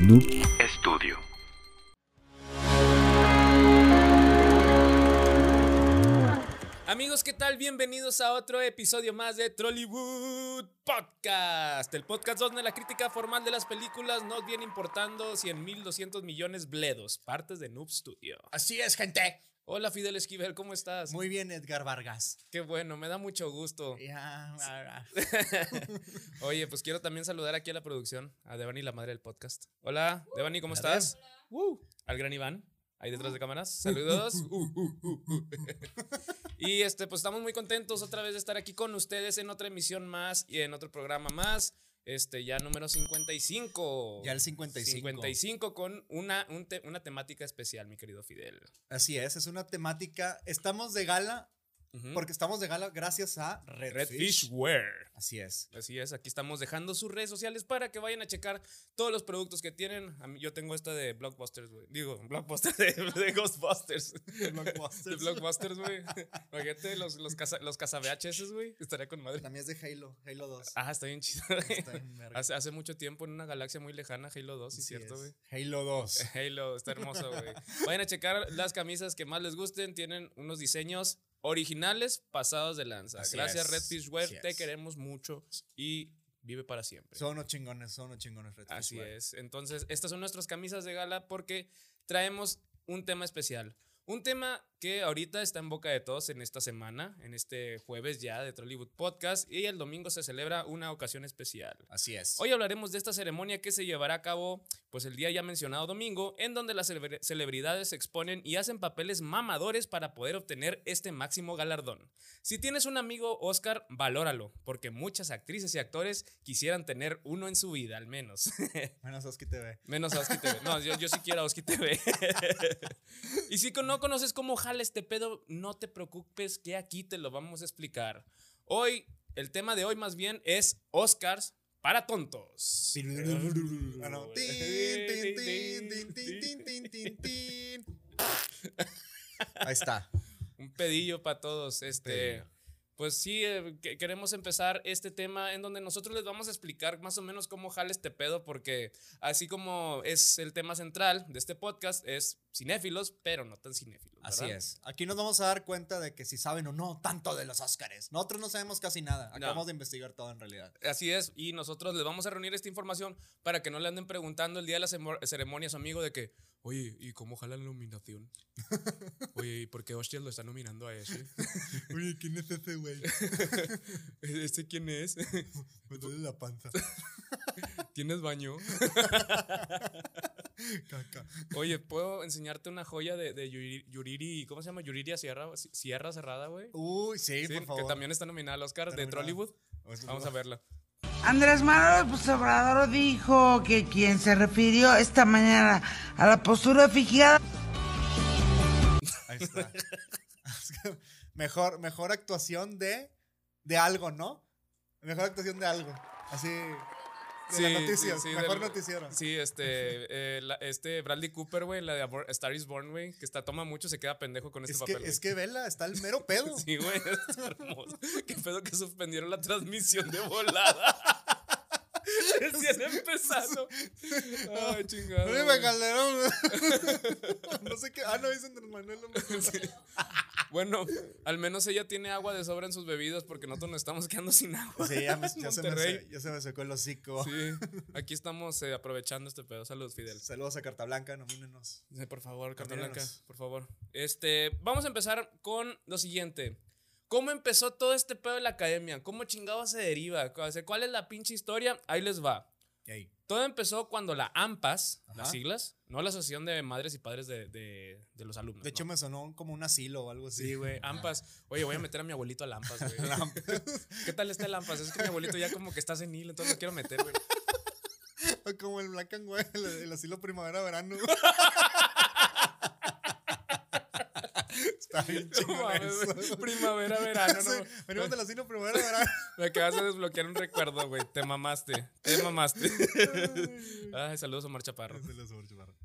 Noob Estudio. Amigos, ¿qué tal? Bienvenidos a otro episodio más de Trollywood Podcast, el podcast donde la crítica formal de las películas nos viene importando 100.200 millones bledos, partes de Noob Studio. Así es, gente. Hola Fidel Esquivel, ¿cómo estás? Muy bien, Edgar Vargas. Qué bueno, me da mucho gusto. Ya, ah, ah. Oye, pues quiero también saludar aquí a la producción, a Devani, la madre del podcast. Hola, Devani, ¿cómo hola, estás? Al gran Iván, ahí detrás de cámaras. Saludos. y este, pues estamos muy contentos otra vez de estar aquí con ustedes en otra emisión más y en otro programa más. Este, ya número 55. Ya el 55. 55 con una, un te- una temática especial, mi querido Fidel. Así es, es una temática. Estamos de gala, Ujú. porque estamos de gala gracias a Redfish. Redfishware. Así es. Así es, aquí estamos dejando sus redes sociales para que vayan a checar todos los productos que tienen. A mí- yo tengo esta de Blockbusters, güey. Digo, Blockbuster de, de Ghostbusters. De Blockbusters. Blockbusters, güey. Imagínate los, los, caza, los caza VHS, güey. Estaría con madre. La mía es de Halo, Halo 2. Ah, está bien chido. güey. Está en verga. Hace, hace mucho tiempo en una galaxia muy lejana, Halo 2, sí, Así cierto, es. güey. Halo 2. Halo, está hermoso, güey. Vayan a checar las camisas que más les gusten. Tienen unos diseños originales pasados de lanza. Así Gracias, es, Redfish Web. así Te es. queremos mucho y vive para siempre. Son unos chingones, son unos chingones Redfish. Así güey. es. Entonces, estas son nuestras camisas de gala porque traemos un tema especial. Un tema que ahorita está en boca de todos en esta semana, en este jueves ya de Trollywood Podcast, y el domingo se celebra una ocasión especial. Así es. Hoy hablaremos de esta ceremonia que se llevará a cabo, pues el día ya mencionado domingo, en donde las celebre- celebridades se exponen y hacen papeles mamadores para poder obtener este máximo galardón. Si tienes un amigo Oscar, valóralo, porque muchas actrices y actores quisieran tener uno en su vida, al menos. Menos Oski TV. Menos a Oski TV. No, yo, yo sí quiero a Oski TV. y si con- no conoces cómo jala este pedo, no te preocupes que aquí te lo vamos a explicar. Hoy, el tema de hoy más bien es Oscars para tontos. Ah, no. Tin, tin, tin, tin, tin, tin, tin, tin, tin. Ahí está. Un pedillo para todos. Este. Pedillo. Pues sí, eh, que- queremos empezar este tema en donde nosotros les vamos a explicar más o menos cómo jala este pedo, porque así como es el tema central de este podcast, es cinéfilos, pero no tan cinéfilos. Así ¿verdad? es. Aquí nos vamos a dar cuenta de que si saben o no tanto de los Óscares. Nosotros no sabemos casi nada. No. Acabamos de investigar todo en realidad. Así es, y nosotros les vamos a reunir esta información para que no le anden preguntando el día de la cemo- ceremonia a su amigo de que, oye, ¿y cómo jala la nominación? Oye, ¿y por qué hostias lo está nominando a ese? Oye, ¿quién es ese güey? ¿Este quién es? Me duele la panza. ¿Tienes baño? Caca. Oye, ¿puedo enseñarte una joya de, de Yuri- Yuriri, ¿cómo se llama? Yuriria Sierra, Sierra Cerrada, güey. Uy, sí, Sí, por favor. que también está nominada al Oscar Está de nominada. Trollywood. Eso Vamos no- a verla. Andrés Manuel pues, Obrador dijo que quien se refirió esta mañana a la postura fijada Ahí está. Es que mejor, mejor actuación de, de algo, ¿no? Mejor actuación de algo. Así. De Sí, las noticias. sí, sí, mejor del- noticiero. Sí, este, eh, la- este Bradley Cooper, güey, la de Amor- A Star is Born, güey, que está, toma mucho, se queda pendejo con este es, que, papel. güey. es que Vela está el mero pedo. Sí, güey, está hermoso. Qué pedo que suspendieron la transmisión de volada. Recién empezando. Ay, chingado. Oye, güey. Calderón. no sé qué. Ah, no, es Andrés Manuel. hombre. Bueno, al menos ella tiene agua de sobra en sus bebidas porque nosotros nos estamos quedando sin agua. Pues Sí, ya, me- en ya se me, Monterrey. se- ya se me secó el hocico. Sí, aquí estamos eh, aprovechando este pedo. Saludos, Fidel. Saludos a Carta Blanca, nomínenos. Eh, Por favor, carta Míranos. blanca, por favor. Este, vamos a empezar con lo siguiente. ¿Cómo empezó todo este pedo de la academia? ¿Cómo chingado se deriva? O sea, ¿Cuál es la pinche historia? Ahí les va. Ey, Todo empezó cuando la AMPAS, Ajá. las siglas, no la Asociación de Madres y Padres de, de- de los Alumnos. De hecho, pues ¿no? me sonó como un asilo o algo así. Sí, güey, AMPAS. Oye, voy a meter a mi abuelito a la AMPAS, güey. ¿Qué tal está el AMPAS? Es que mi abuelito ya como que está senil, entonces lo quiero meter, güey. como el Black and White, el, el asilo primavera-verano. Está bien No chingón mames, eso. güey. Primavera, verano. Sí, no- Venimos de la cine primero, ¿verdad? Me acabas de desbloquear un recuerdo, güey. Te mamaste. Te mamaste. Ay, saludos a Omar Chaparro. Se los borcho, barro.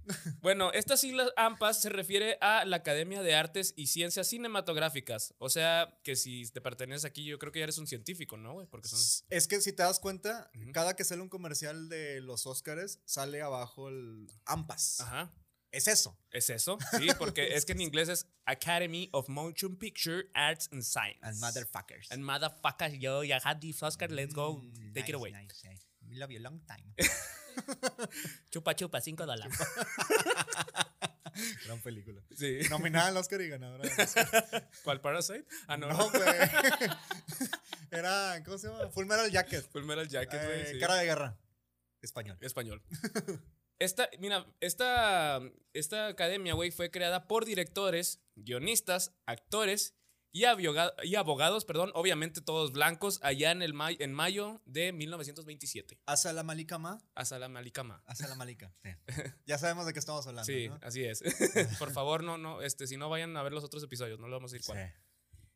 Bueno, estas siglas AMPAS se refiere a la Academia de Artes y Ciencias Cinematográficas. O sea, que si te perteneces aquí, yo creo que ya eres un científico, ¿no, güey? Porque son. Es que si te das cuenta, Ujú. cada que sale un comercial de los Óscares, sale abajo el AMPAS. Ajá. Es eso. ¿Es eso? Sí, porque es que en inglés es Academy of Motion Picture Arts and Science. And motherfuckers. And motherfuckers, yo, ya had the Oscar, let's go. Mm, Take it nice, away. nice, nice. We love you long time. Chupa, chupa, cinco dólares. Gran película. Sí. Nominada al Oscar y ganadora. del Oscar. ¿Cuál Parasite? Ah, no. No, güey. Era, ¿cómo se llama? Full Metal Jacket. Full Metal Jacket, güey. Eh, sí. Cara de guerra. Español. Español. Esta, mira, esta, esta academia, güey, fue creada por directores, guionistas, actores y, abioga- y abogados, perdón, obviamente todos blancos, allá en, el may- en mayo de 1927. Hasta la malica ma. Hasta la malicama. Hasta la malica. Sí. Ya sabemos de qué estamos hablando. Sí, ¿no? así es. Por favor, no, no, este, si no vayan a ver los otros episodios, no lo vamos a decir Sí. cuál.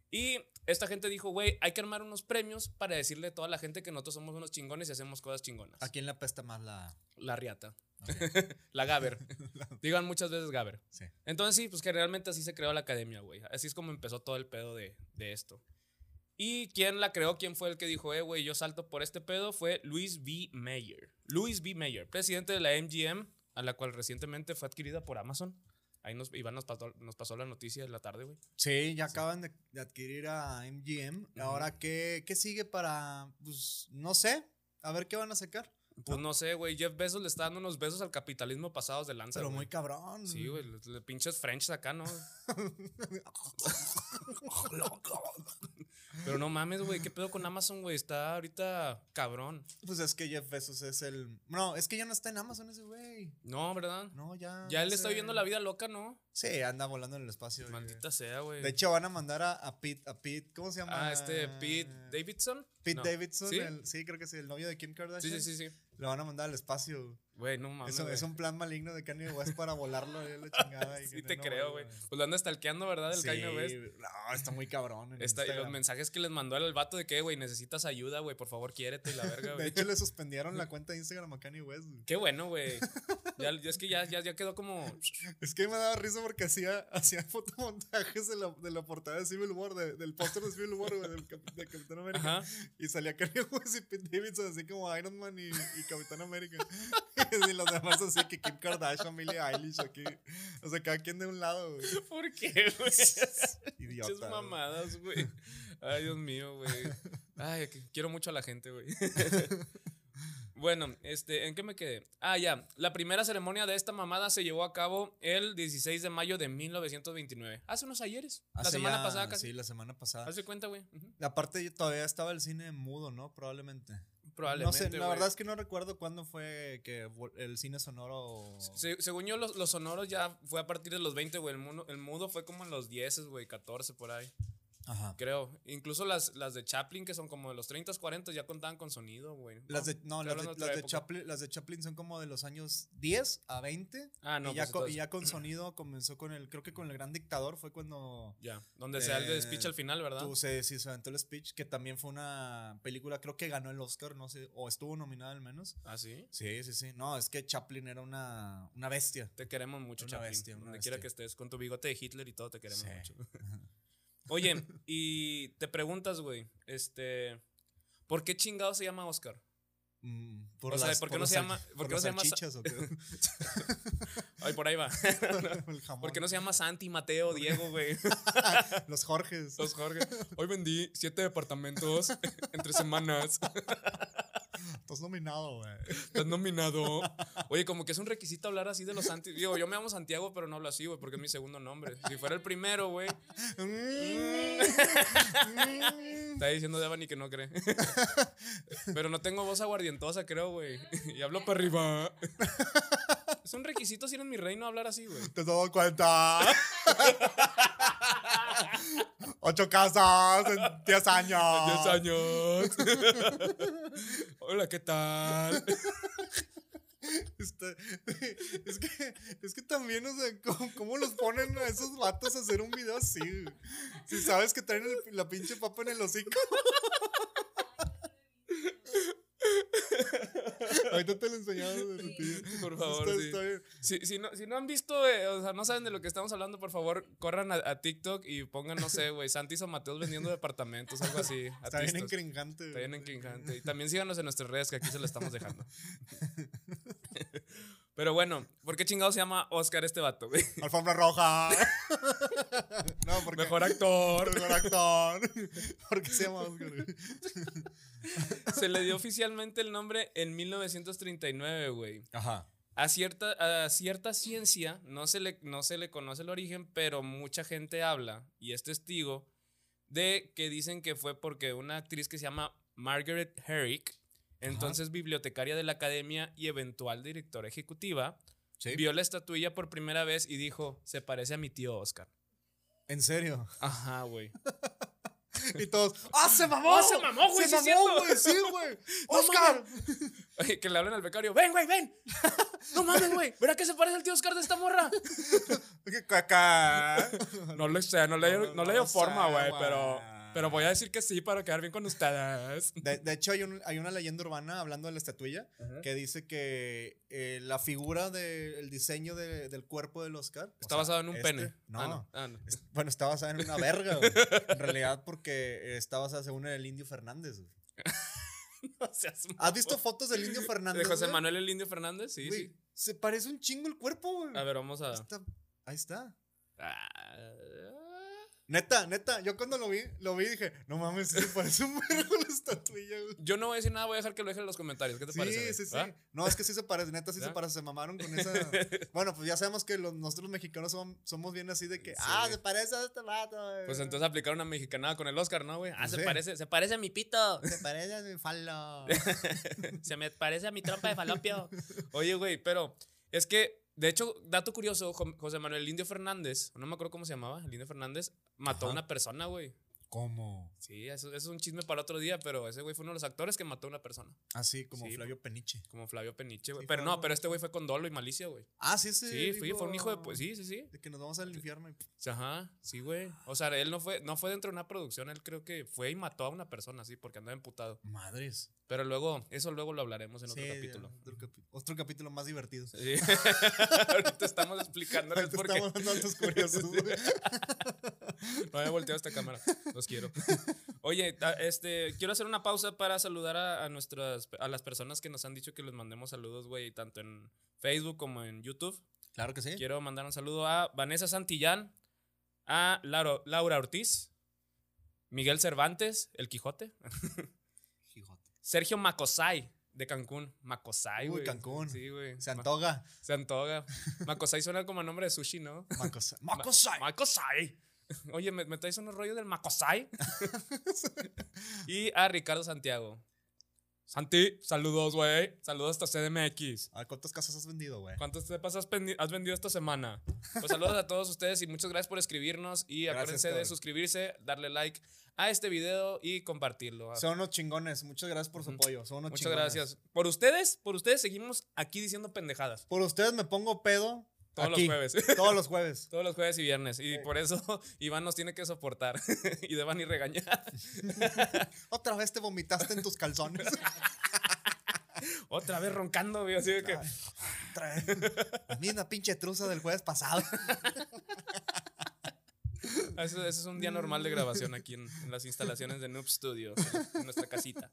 Y esta gente dijo, güey, hay que armar unos premios para decirle a toda la gente que nosotros somos unos chingones y hacemos cosas chingonas. ¿A quién le apesta más la.? La riata. Ok, La Gaber. Digan muchas veces Gaber. sí. Entonces sí, pues que realmente así se creó la academia, güey. Así es como empezó todo el pedo de, de esto. Y quién la creó, quién fue el que dijo, eh, güey, yo salto por este pedo, fue Luis B. Mayer. Luis B. Mayer, presidente de la MGM, a la cual recientemente fue adquirida por Amazon. Ahí nos, Iván nos pasó, nos pasó la noticia de la tarde, güey. Sí, ya acaban de, de adquirir a MGM. Ujú. Ahora, ¿qué, ¿qué sigue para.? Pues no sé. A ver qué van a sacar. Pues no sé, güey, Jeff Bezos le está dando unos besos al capitalismo pasados de lanza, Pero güey. muy cabrón. Sí, güey, le- le pinches French acá, ¿no? Pero no mames, güey, ¿qué pedo con Amazon, güey? Está ahorita cabrón. Pues es que Jeff Bezos es el. No, es que ya no está en Amazon ese güey. No, ¿verdad? No, ya. Ya no él está sé. viviendo la vida loca, ¿no? Sí, anda volando en el espacio. oye. Maldita sea, güey. De hecho, van a mandar a, a Pete, a Pete, ¿cómo se llama? Eh, Ah, este Pete Davidson. Pete No. Davidson, ¿Sí? el- sí, creo que es el novio de Kim Sí, sí, Kardashian. sí, sí. Lo van a mandar al espacio. Güey, no mames. Eso- güey. es un plan maligno de Kanye West para volarlo y la chingada. y Sí que te no creo, vuelva, güey. Pues lo anda stalkeando, ¿verdad? El Sí, Kanye West. No, está muy cabrón. en Está- y los Instagram. mensajes que les mandó al vato de que, güey, necesitas ayuda, güey, por favor, quiérete y la verga, De güey. hecho, le suspendieron la cuenta de Instagram a Kanye West. güey. Qué bueno, güey. Ya, ya es que ya, ya, ya quedó como. Es que me daba risa porque hacía, hacía fotomontajes de la, de la portada de Civil War, de- del póster de Civil War, güey, del, cap- de Capitán América. Ajá. Y salía Kanye West y Pete Davidson así como Iron Man y, y Capitán América. y los demás así que Kim Kardashian, Billie Eilish aquí. O sea, cada quien de un lado, güey. ¿Por qué, güey? Idiota. Muchas güey. mamadas, güey. Ay, Dios mío, güey. Ay, que quiero mucho a la gente, güey. Bueno, este, ¿en qué me quedé? Ah, ya. La primera ceremonia de esta mamada se llevó a cabo el 16 de mayo de 1929. Hace unos ayeres. la Hace semana ya- pasada casi. Sí, la semana pasada. Hace cuenta, güey. Ujú. Aparte, yo todavía estaba el cine mudo, ¿no? Probablemente. Probablemente. no sé, la güey. verdad es que no recuerdo cuándo fue que vol- el cine sonoro. Se- según yo, los, los sonoros ya fue a partir de los 20, güey. El, mundo- el mudo fue como en los 10, güey, 14 por ahí. Ajá. Creo. Incluso las, las de Chaplin, que son como de los 30, 40, ya contaban con sonido, güey. Las de, estoy no, las hablando de, otra las de época. Chaplin, las de Chaplin son como de los años 10 a 20. Ah, no, y, ya pues, co- y entonces- ya con sonido comenzó con el, creo que con el gran dictador fue cuando Ya, donde se da el Eh, speech al final, ¿verdad? tú se, sí, se aventó el speech, que también fue una película, creo que ganó el Oscar, no sé, o estuvo nominada al menos. Ah, sí. Sí, sí, sí. No, es que Chaplin era una, una bestia. Te queremos mucho, Una Chaplin. bestia, una donde quiera bestia. que estés, con tu bigote de Hitler y todo, te queremos Sí. mucho. Oye, y te preguntas, güey, este. ¿Por qué chingado se llama Oscar? Mm, O sea, las- ¿por qué no se las llama- sal- por por qué no las se llama sa- salchichas o qué? Ay, por ahí va. El jamón. ¿Por qué no se llama Santi, Mateo, Diego, güey? Los Jorges. Los Jorge. Hoy vendí siete departamentos en tres semanas. Estás nominado, güey. Estás nominado. Oye, como que es un requisito hablar así de los Santi. Digo, yo me llamo Santiago, pero no hablo así, güey, porque es mi segundo nombre. Si fuera el primero, güey, Mm. Está diciendo Devani que no cree. Pero no tengo voz aguardientosa, creo, güey. Y hablo para arriba. Es un requisito si eres mi reino hablar así, güey. ¿Te has dado cuenta? Ocho casas en 10 10 años. años. Hola, ¿qué tal? Está- Este, es, que, es que también, o sea, ¿cómo, cómo los ponen a esos vatos a hacer un video así? güey? Si sabes que traen el- la pinche papa en el hocico. Ahorita te lo enseñamos. Por favor, sí. Si, si no, si no han visto, eh, o sea, no saben de lo que estamos hablando, por favor, corran a, a TikTok y pongan, no sé, güey, Santis o Mateos vendiendo departamentos, algo así. Está bien artistas. encringante. Está bien güey. encringante. Y también síganos en nuestras redes, que aquí se lo estamos dejando. Pero bueno, ¿por qué chingado se llama Oscar este vato, güey? Alfombra roja. no, porque. Mejor actor. Mejor actor. ¿Por qué se llama Oscar? güey? Se le dio oficialmente el nombre en 1939, güey. Ajá. A cierta, a cierta ciencia no se, le, no se le conoce el origen, pero mucha gente habla y es testigo de que dicen que fue porque una actriz que se llama Margaret Herrick, entonces bibliotecaria de la academia y eventual directora ejecutiva, Sí. vio la estatuilla por primera vez y dijo, se parece a mi tío Oscar. En serio. Ajá, güey. Y todos, ¡ah, se mamó! ¡Ah, se mamó, güey, sí ¡Se es mamó, güey! cierto! ¡Sí, güey! ¡Oscar! Oye, que le hablan al becario, ven, güey, ven. No mames, güey. ¿Verdad que se parece al tío Oscar de esta morra? ¡Qué caca! No le sé, no le, No, no, no, le no dio sé, forma, güey, güey. pero, pero voy a decir que sí para quedar bien con ustedes. De, de hecho, hay, un- hay una leyenda urbana hablando de la estatuilla que dice que eh, la figura del diseño de- del cuerpo del Oscar. o Está sea, basado en un este, pene. No. Ah, no. ah, no. Es- Bueno, está basada en una verga, güey. En realidad, porque eh, está basada según en el Indio Fernández, güey. No seas mamón. ¿Has visto fotos del Indio Fernández? Oh. ¿De José güey? Manuel el Indio Fernández? Sí, Güey, sí. Se parece un chingo el cuerpo, güey. A ver, vamos a. Está- ahí está. Ah. Neta, neta, yo cuando lo vi, lo vi y dije, no mames, sí se parece un vergo la estatuilla, güey. Yo no voy a decir nada, voy a dejar que lo dejen en los comentarios. ¿Qué te Sí, parece? güey? sí, sí. ¿Va? No, es que sí se parece, neta, sí se ¿Verdad? parece, se mamaron con esa. Bueno, pues ya sabemos que los, nosotros los mexicanos som- somos, bien así de que, Sí. ah, se parece a este vato. güey". Pues entonces aplicaron una mexicanada con el Oscar, ¿no, güey? Ah, Pues se sí. parece, se parece a mi pito. Se parece a mi falo. se me parece a mi trampa de falopio. Oye, güey, pero es que, de hecho, dato curioso, Jo- José Manuel el Indio Fernández, no me acuerdo cómo se llamaba, el Indio Fernández, mató a Ajá. una persona, güey. ¿Cómo? Sí, eso, eso es un chisme para otro día, pero ese güey fue uno de los actores que mató a una persona, Así como Sí, Flavio Peniche. como Flavio Peniche, güey. Sí, pero fue no, algo- pero este güey fue con dolo y malicia, güey. Ah, sí, sí. Sí, fui, fue un hijo de... dijo, Pues sí, sí, sí. De que nos vamos al infierno. y- Ajá, sí, güey. O sea, él no fue, no fue dentro de una producción, él creo que fue y mató a una persona, sí, porque andaba emputado. Madres. Pero luego, eso luego lo hablaremos en otro Sí, ya, capítulo. otro, capi- otro capítulo más divertido. Sí. Ahorita estamos explicándoles Ahorita por qué. estamos dando datos curiosos, güey. No había volteado esta cámara. Los quiero. Oye, ta- este, quiero hacer una pausa para saludar a, a nuestras a las personas que nos han dicho que les mandemos saludos, güey, tanto en Facebook como en YouTube. Claro que sí. Quiero mandar un saludo a Vanessa Santillán, a Laro- Laura Ortiz, Miguel Cervantes, El Quijote, Quijote. Sergio Macosay de Cancún. Macosay, Uy, güey. Cancún. Sí, güey. Se antoja. Ma- Se antoga. Macosay suena como nombre de sushi, ¿no? Macosai. Ma- Macosai. Oye, ¿me, me traes unos rollos del Macosai? y a Ricardo Santiago. Santi, saludos, güey. Saludos hasta CDMX. A ver, ¿cuántas casas has vendido, güey? ¿Cuántos cepas has, pendi- has vendido esta semana? Pues saludos a todos ustedes y muchas gracias por escribirnos. Y Gracias, acuérdense de cabrón. suscribirse, darle like a este video y compartirlo. Son unos chingones. Muchas gracias por su Ujú. apoyo. Son unos Muchas chingones. gracias. Por ustedes, por ustedes seguimos aquí diciendo pendejadas. Por ustedes me pongo pedo. Todos aquí, los jueves. Todos los jueves. Todos los jueves y viernes. Y Sí. por eso Iván nos tiene que soportar. y Deban y regañar. Otra vez te vomitaste en tus calzones. Otra vez roncando, güey, así de que. Otra vez. La misma pinche truza del jueves pasado. Ah, Eso, eso es un día normal de grabación aquí en, en las instalaciones de Noob Studios, en nuestra casita.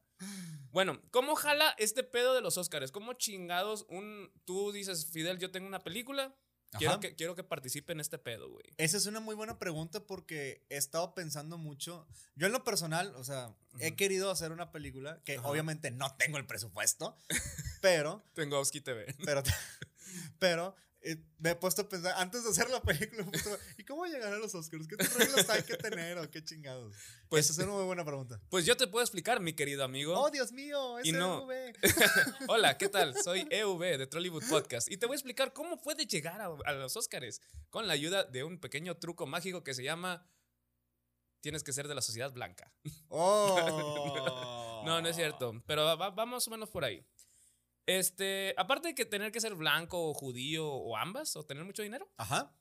Bueno, ¿cómo jala este pedo de los Óscares? ¿Cómo chingados un. Tú dices, Fidel, yo tengo una película. Quiero Ajá. que, quiero que participe en este pedo, güey. Esa es una muy buena pregunta porque he estado pensando mucho. Yo en lo personal, o sea, he Ujú. querido hacer una película que Ajá. obviamente no tengo el presupuesto, pero Tengo Oski TV. Pero, pero eh, me he puesto a pensar, antes de hacer la película, me he puesto, ¿y cómo llegar a los Oscars? ¿Qué reglas hay que tener o qué chingados? Pues Pues, esa es una muy buena pregunta. pues yo te puedo explicar, mi querido amigo. Oh, Dios mío, es Y no. RV. Hola, ¿qué tal? Soy EV de Trollywood Podcast y te voy a explicar cómo puedes llegar a, a los Óscares con la ayuda de un pequeño truco mágico que se llama Tienes que ser de la sociedad blanca. Oh. No, no es cierto, pero va, va- va más o menos por ahí. Este, aparte de que tener que ser blanco o judío o ambas o tener mucho dinero, Ajá.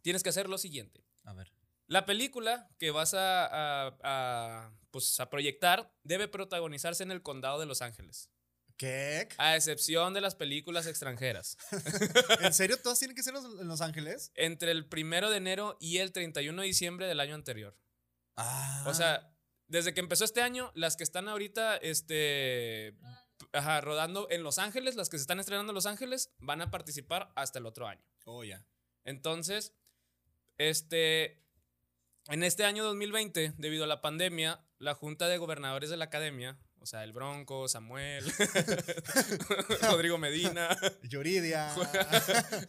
tienes que hacer lo siguiente. A ver. La película que vas a, a- a, pues, a proyectar debe protagonizarse en el condado de Los Ángeles, ¿Qué? a excepción de las películas extranjeras. ¿En serio todas tienen que ser los- en Los Ángeles? Entre el 1 de enero y el 31 de diciembre del año anterior. Ah. O sea, desde que empezó este año, las que están ahorita este, ajá, rodando en Los Ángeles, las que se están estrenando en Los Ángeles, van a participar hasta el otro año. Oh, ya. Entonces, este, en este año 2020, debido a la pandemia, la Junta de Gobernadores de la Academia, o sea, el Bronco, Samuel, Rodrigo Medina, Yuridia.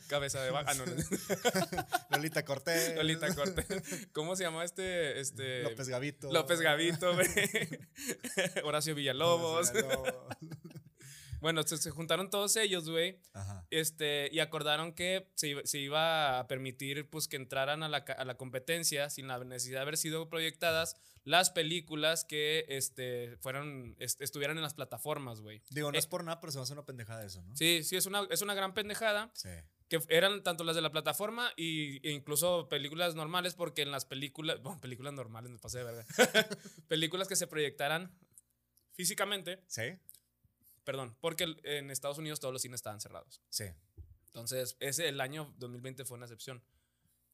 Cabeza de Vaca, ah, no, no, Lolita Cortés. Lolita Corte. ¿Cómo se llama este? este López Gavito. López Gavito, güey. Horacio Villalobos. Lobos. Bueno, se, se juntaron todos ellos, güey. Ajá. Este, y acordaron que se, iba- se iba a permitir pues que entraran a la, ca- a la competencia sin la necesidad de haber sido proyectadas las películas que este, fueron, est- estuvieran en las plataformas, güey. Digo, no Eh. es por nada, pero se me hace una pendejada eso, ¿no? Sí, sí, es una, es una gran pendejada, Sí. que eran tanto las de la plataforma y, e incluso películas normales, porque en las películas, bueno, películas normales, me pasé de verdad, películas que se proyectaran físicamente, Sí. perdón, porque el- en Estados Unidos todos los cines estaban cerrados. Sí. Entonces, ese, el año 2020 fue una excepción.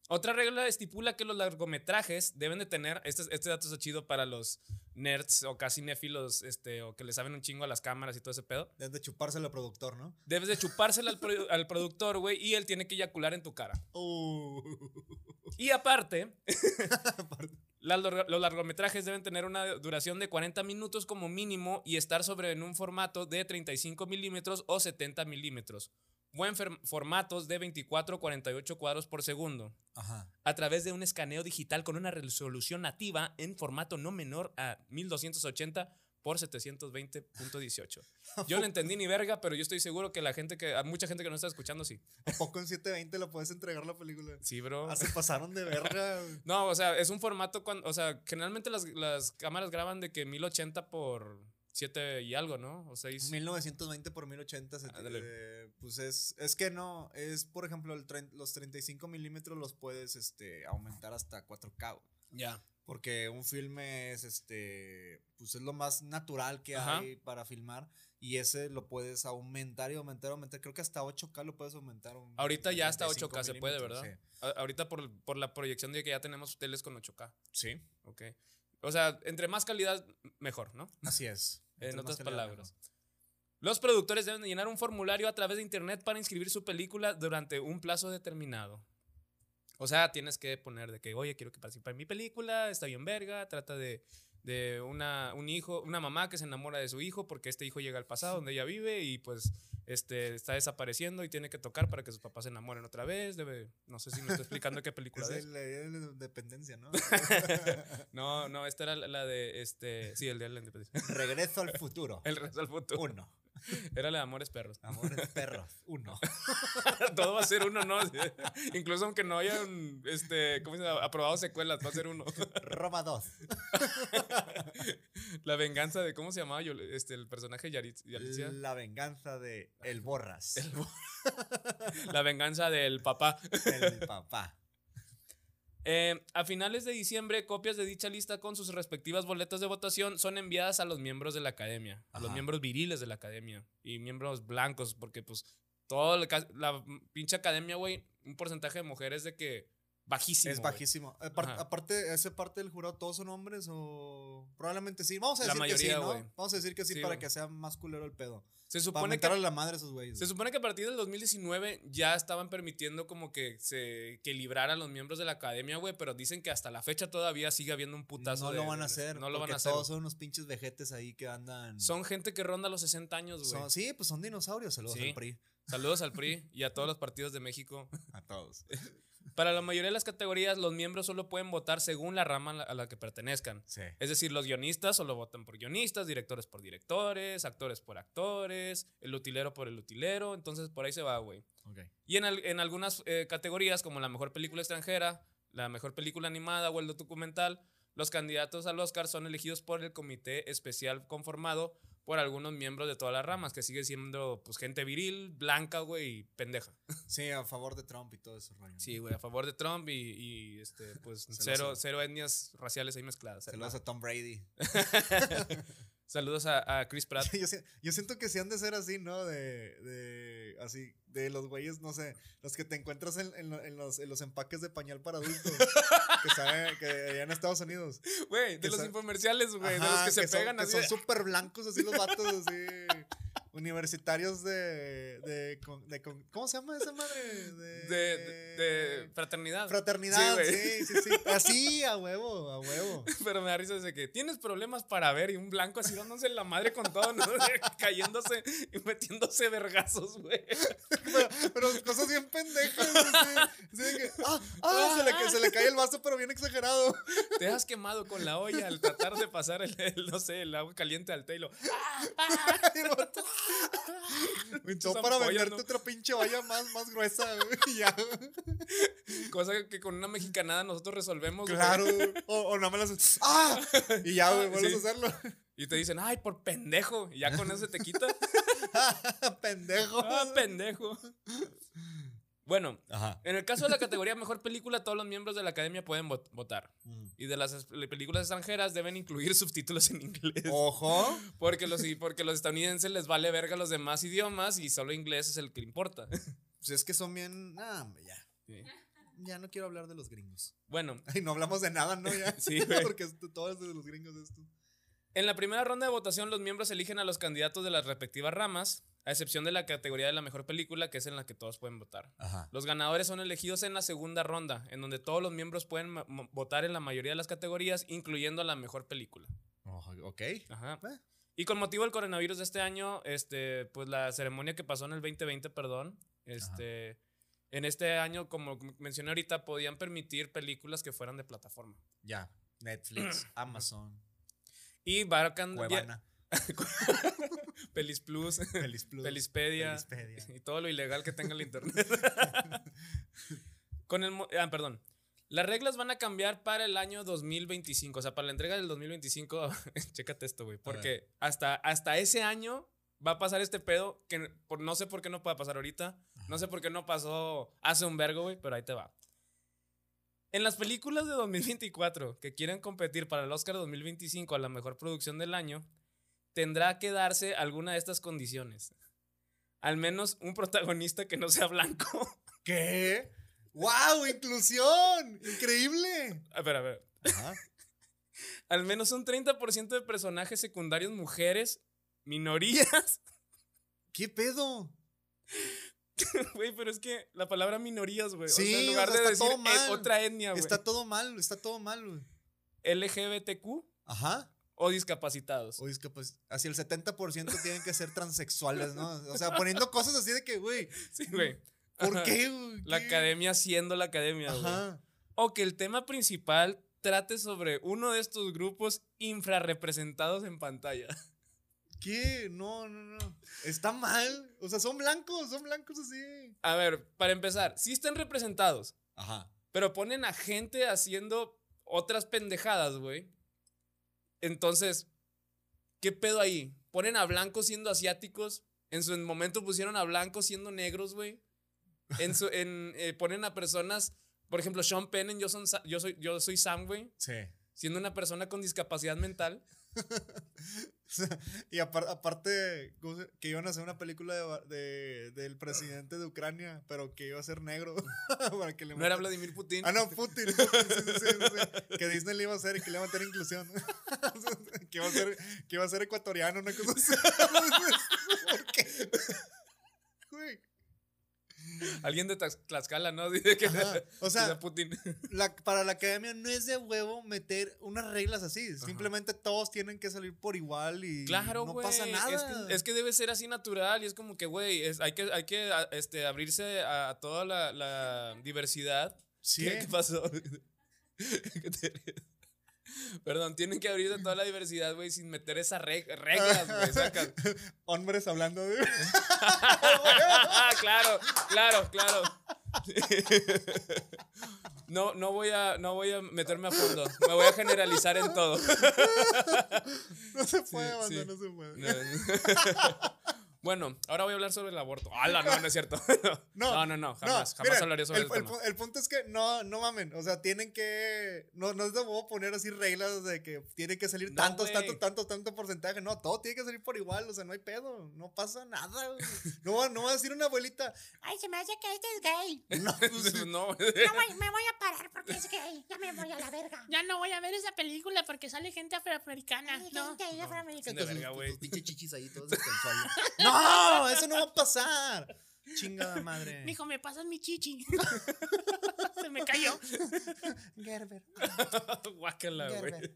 Otra regla estipula que los largometrajes deben de tener, este, este dato está chido para los nerds o casi néfilos, este, o que le saben un chingo a las cámaras y todo ese pedo. Deben de chupárselo al productor, ¿no? Debes de chupársela al, produ- al productor, güey, y él tiene que eyacular en tu cara. Uh. Y aparte, las lor- los largometrajes deben tener una duración de 40 minutos como mínimo y estar sobre en un formato de 35 milímetros o 70 milímetros. O en fer- formatos de 24 o 48 cuadros por segundo. Ajá. A través de un escaneo digital con una resolución nativa en formato no menor a 1280 por 720.18. Yo no entendí ni verga, pero yo estoy seguro que la gente que, a mucha gente que no está escuchando, sí. ¿A poco en 720 lo puedes entregar la película? Sí, bro. Ah, se pasaron de verga. güey. No, o sea, es un formato cuando, o sea, generalmente las, las cámaras graban de que 1080 por 7 y algo, ¿no? O 6. 1920 por 1080. se- Ándale. eh, pues es, es que no, es por ejemplo, el trein- los 35 milímetros los puedes este, aumentar hasta 4K. güey. Ya. Porque un filme es este, pues es lo más natural que Ajá. hay para filmar. Y ese lo puedes aumentar y aumentar, aumentar. Creo que hasta 8K lo puedes aumentar. un- Ahorita ya hasta 35 8K se puede, milímetros, ¿verdad? A- ahorita por, por la proyección de que ya tenemos teles con 8K, Sí, Sí, ¿ok? O sea, entre más calidad, mejor, ¿no? así es. En Entonces, más otras que le da mejor. palabras. Los productores deben de llenar un formulario a través de internet para inscribir su película durante un plazo determinado. O sea, tienes que poner de que, oye, quiero que participe en mi película, está bien verga, trata de, de una, un hijo, una mamá que se enamora de su hijo porque este hijo llega al pasado donde ella vive y pues este, está desapareciendo y tiene que tocar para que sus papás se enamoren otra vez. Debe, no sé si me estoy explicando qué película Es es. el- el- dependencia, ¿no? No, no, esta era la- la de, este, sí, el de la independencia. Regreso al futuro. El resto del futuro. Uno. Era la de Amores Perros. Amores perros. Uno. Todo va a ser uno, ¿no? Incluso aunque no hayan este, ¿cómo se llama? aprobado secuelas, va a ser uno. Roma dos. La venganza de, ¿cómo se llamaba yo? Este, el personaje de Yaritz- Yalitza. La venganza de El Borras. La venganza del papá. El papá. Eh, a finales de diciembre, copias de dicha lista con sus respectivas boletas de votación son enviadas a los miembros de la academia, a los Ajá. miembros viriles de la academia y miembros blancos, porque pues toda la, ca- la pinche academia, güey, un porcentaje de mujeres de que bajísimo. es güey. bajísimo. Apar- Ajá. aparte, ¿ese parte del jurado todos son hombres o...? Probablemente sí. Vamos La a decir mayoría, que sí, ¿no? güey. Vamos a decir que sí, Sí, para güey. que sea más culero el pedo. Se Para supone que aumentarle la madre a esos güeyes. Se güey. supone que a partir del 2019 ya estaban permitiendo como que se equilibraran los miembros de la academia, güey, pero dicen que hasta la fecha todavía sigue habiendo un putazo. No de- lo van de- a hacer. No lo van porque a hacer. todos son unos pinches vejetes ahí que andan... Son gente que ronda los 60 años, güey. son- sí, pues son dinosaurios. Saludos Sí. al PRI. Saludos al PRI y a todos los partidos de México. A todos. Para la mayoría de las categorías, los miembros solo pueden votar según la rama a la- a la que pertenezcan. Sí. Es decir, los guionistas solo votan por guionistas, directores por directores, actores por actores, el utilero por el utilero. Entonces, por ahí se va, güey. Ok. Y en, al- en algunas eh, categorías, como la mejor película extranjera, la mejor película animada o el documental, los candidatos al Oscar son elegidos por el comité especial conformado por algunos miembros de todas las ramas, que sigue siendo pues gente viril, blanca, güey, y pendeja. Sí, a favor de Trump y todo ese rollo. Sí, güey, a favor de Trump y, y, este, pues Se lo cero, hace. cero etnias raciales ahí mezcladas. Se lo hermano. hace a Tom Brady. Saludos a, a Chris Pratt. yo, si- yo siento que sí han de ser así, ¿no? De, de- así, de los güeyes, no sé, los que te encuentras en, en lo- en los, en los empaques de pañal para adultos. que saben, que allá en Estados Unidos. Güey, de que los son- infomerciales, güey, de los Ajá, que se son- pegan que así. Son de- súper blancos así los vatos, así. universitarios de, de, con- de con- ¿Cómo se llama esa madre? De... de, de- de fraternidad. Sí, Fraternidad, güey. sí, sí, sí. Así, a huevo, a huevo. Pero me da risa desde que tienes problemas para ver y un blanco así dándose la madre con todo, ¿no? cayéndose y metiéndose vergazos, güey. Pero, pero cosas bien pendejas. Así, así de que, ah, ah, se le, ca- se le cae el vaso, pero bien exagerado. Te has quemado con la olla al tratar de pasar el, el, no sé, el agua caliente al telo. Y el vato- Pinches Yo para ampollas, venderte ¿no? otra pinche valla más, más gruesa, güey, y ya. Cosa que con una mexicanada nosotros resolvemos. güey. Claro. O, o nada más las- ¡Ah! Y ya, güey, vuelves Sí. a hacerlo. Y te dicen, ay, por pendejo. Y ya con eso se te quita. Pendejo. ah, pendejo. Bueno, Ajá. en el caso de la categoría Mejor Película, todos los miembros de la academia pueden vot- votar. Y de las es- películas extranjeras deben incluir subtítulos en inglés. Oh, Ojo. Porque los, y porque los estadounidenses les vale verga los demás idiomas y solo inglés es el que importa. Pues es que son bien. Ah, hombre, ya. Sí. Ya no quiero hablar de los gringos. Bueno, Ay, no hablamos de nada, ¿no? Ya. Sí, güey. Porque esto- todo es de los gringos esto. en la primera ronda de votación los miembros eligen a los candidatos de las respectivas ramas, a excepción de la categoría de la mejor película, que es en la que todos pueden votar. Ajá. Los ganadores son elegidos en la segunda ronda, en donde todos los miembros pueden ma- mo- votar en la mayoría de las categorías, incluyendo la mejor película. ok. Ajá. Eh. Y con motivo del coronavirus de este año, este, pues la ceremonia que pasó en el 2020, perdón, este, en este año, como m- mencioné ahorita, podían permitir películas que fueran de plataforma. Ya. Netflix, Amazon, Y Barcan, Cuevana, Pelis Plus, Feliz Plus, Pelispedia, Felispedia. y todo lo ilegal que tenga el internet. Con el, mo- ah, perdón. Las reglas van a cambiar para el año 2025, o sea, para la entrega del 2025, chécate esto, güey, porque hasta, hasta ese año va a pasar este pedo que n- por, no sé por qué no puede pasar ahorita, no sé por qué no pasó hace un vergo, güey, pero ahí te va. En las películas de 2024 que quieren competir para el Oscar 2025 a la mejor producción del año, tendrá que darse alguna de estas condiciones. Al menos un protagonista que no sea blanco. ¿Qué? ¡Wow! ¡Inclusión! ¡Increíble! A ver, a ver. Ajá. Al menos un 30% de personajes secundarios mujeres, minorías. ¿Qué pedo? Güey, pero es que la palabra minorías, güey. o sea, Sí, en o lugar sea, de decir está todo et- mal. otra etnia, güey. Está todo mal, está todo mal, güey. LGBTQ Ajá. o discapacitados. O discapac- pues, Así el 70% tienen que ser transexuales, ¿no? O sea, poniendo cosas así de que, güey, Sí, güey. ¿por Ajá. qué, güey? La ¿Qué? academia siendo la academia, güey. Ajá. O que el tema principal trate sobre uno de estos grupos infrarrepresentados en pantalla. ¿Qué? No, no, no. Está mal. O sea, son blancos, son blancos así. A ver, para empezar, sí están representados, Ajá. pero ponen a gente haciendo otras pendejadas, güey. Entonces, ¿qué pedo ahí? Ponen a blancos siendo asiáticos. En su momento pusieron a blancos siendo negros, güey. En su- en, eh, ponen a personas, por ejemplo, Sean Penn en Yo, Son Sa- yo, soy, yo soy Sam, güey, Sí. siendo una persona con discapacidad mental. y apar- aparte, ¿cómo se- que iban a hacer una película de, va- de- del presidente de Ucrania, pero que iba a ser negro. para que le No era metan- Vladimir Putin. Ah, no, Putin. Putin, sí, sí, sí, sí. Que Disney le iba a hacer y que le iba a meter inclusión. que, iba a ser, que iba a ser ecuatoriano, una cosa así. ¿Por qué? Güey, Alguien de Tlax- Tlaxcala, ¿no? Dice que Ajá, o sea- que Putin. la- para la academia no es de huevo meter unas reglas así. Simplemente todos tienen que salir por igual y Claro, no güey. pasa nada. Es que- Es que, debe ser así natural y es como que, güey, es- hay que, hay que a- este, abrirse a, a toda la, la diversidad. Sí. ¿Qué, qué pasó? ¿Qué te ríes? Perdón, tienen que abrirse a toda la diversidad, güey, sin meter esas reg- reglas, güey. sacas. Hombres hablando de. claro, claro, claro. No, no, voy a, no voy a meterme a fondo. Me voy a generalizar en todo. No se puede, banda, sí. no se puede. No. Bueno, ahora voy a hablar sobre el aborto. ¡Hala! No, no es cierto. No, no, no. Jamás, jamás miren, hablaré sobre el, el, el tema. pu- el punto es que no, no mamen. O sea, tienen que. No, no les debo poner así reglas de que tiene que salir No, tantos, güey. tanto, tanto, tanto porcentaje. No, todo tiene que salir por igual. O sea, no hay pedo. No pasa nada. güey. No, va- no va a decir una abuelita. Ay, se me hace que este es gay. No, pues, sí. No. No voy- me voy a parar porque es gay. Ya me voy a la verga. Ya no voy a ver esa película porque sale gente afroamericana. Ay, No. gente ahí afroamericana. De verga, güey. pinche chichis ahí, todos sensuales. no, eso no va a pasar. Chingada madre. Mijo, me pasas mi chichi. Se me cayó. Gerber. Guácala, güey. Gerber.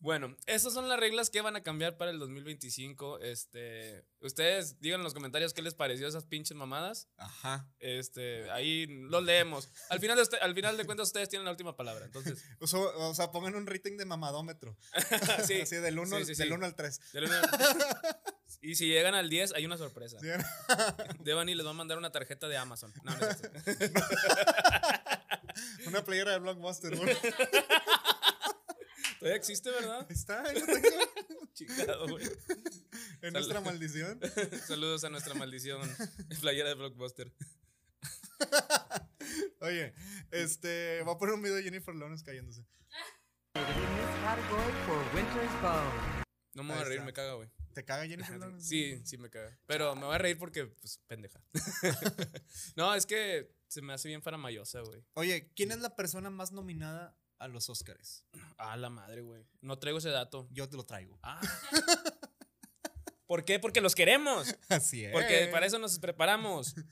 Bueno, esas son las reglas que van a cambiar para el 2025. Este, ustedes digan en los comentarios qué les pareció esas pinches mamadas. Ajá. Este, ahí lo leemos. Al final de, usted- al final de cuentas ustedes tienen la última palabra, entonces. O sea, o sea, pongan un rating de mamadómetro. sí. Así del 1 Sí, sí, sí. al 3. Ya lo- Y si llegan al 10 hay una sorpresa. Devani les va a mandar una tarjeta de Amazon. No, no es cierto. Una playera de Blockbuster, güey. Ahí Todavía existe, ¿verdad? está, ahí lo tengo. Chingado, güey. En nuestra maldición. Saludos a nuestra maldición playera de Blockbuster. Oye, este, va a poner un video de Jennifer Lawrence cayéndose. No me voy a reír, me caga, güey. ¿Te caga Jennifer Lawrence? Sí, sí me caga. Pero me voy a reír porque, pues, pendeja. no, es que se me hace bien faramayosa, güey. Oye, ¿quién es la persona más nominada a los Oscars? Ah, la madre, güey. No traigo ese dato. Yo te lo traigo. Ah. ¿Por qué? Porque los queremos. Así es. Porque para eso nos preparamos. no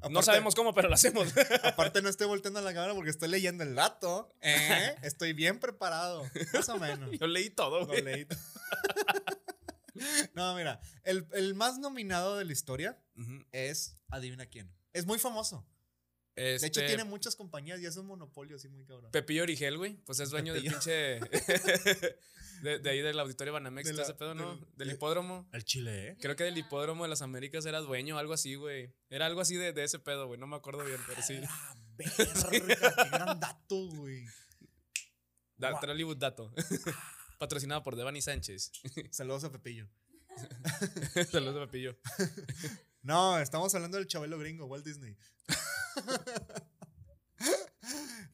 Aparte- sabemos cómo, pero lo hacemos. Aparte no estoy volteando a la cámara porque estoy leyendo el dato. ¿eh? Estoy bien preparado. Más o menos. Yo leí todo, Lo güey. leí. No, mira, el, el más nominado de la historia Ujú. es, adivina quién. Es muy famoso. De hecho, Este, tiene muchas compañías y es un monopolio así muy cabrón. Pepillo Origel, güey. Pues es dueño del Pepillo. pinche. de, de ahí del auditorio Banamex, De todo la- ese pedo, ¿no? del- Del hipódromo. El Chile, ¿eh? Creo que del hipódromo de las Américas era dueño, algo así, güey. Era algo así de, de ese pedo, güey. No me acuerdo bien, pero sí. Ah, verga, qué gran dato, güey. Da, Guau. Trollywood Dato. Patrocinado por Devani Sánchez. Saludos a Pepillo. Saludos, Pepillo. No, estamos hablando del chabelo gringo, Walt Disney.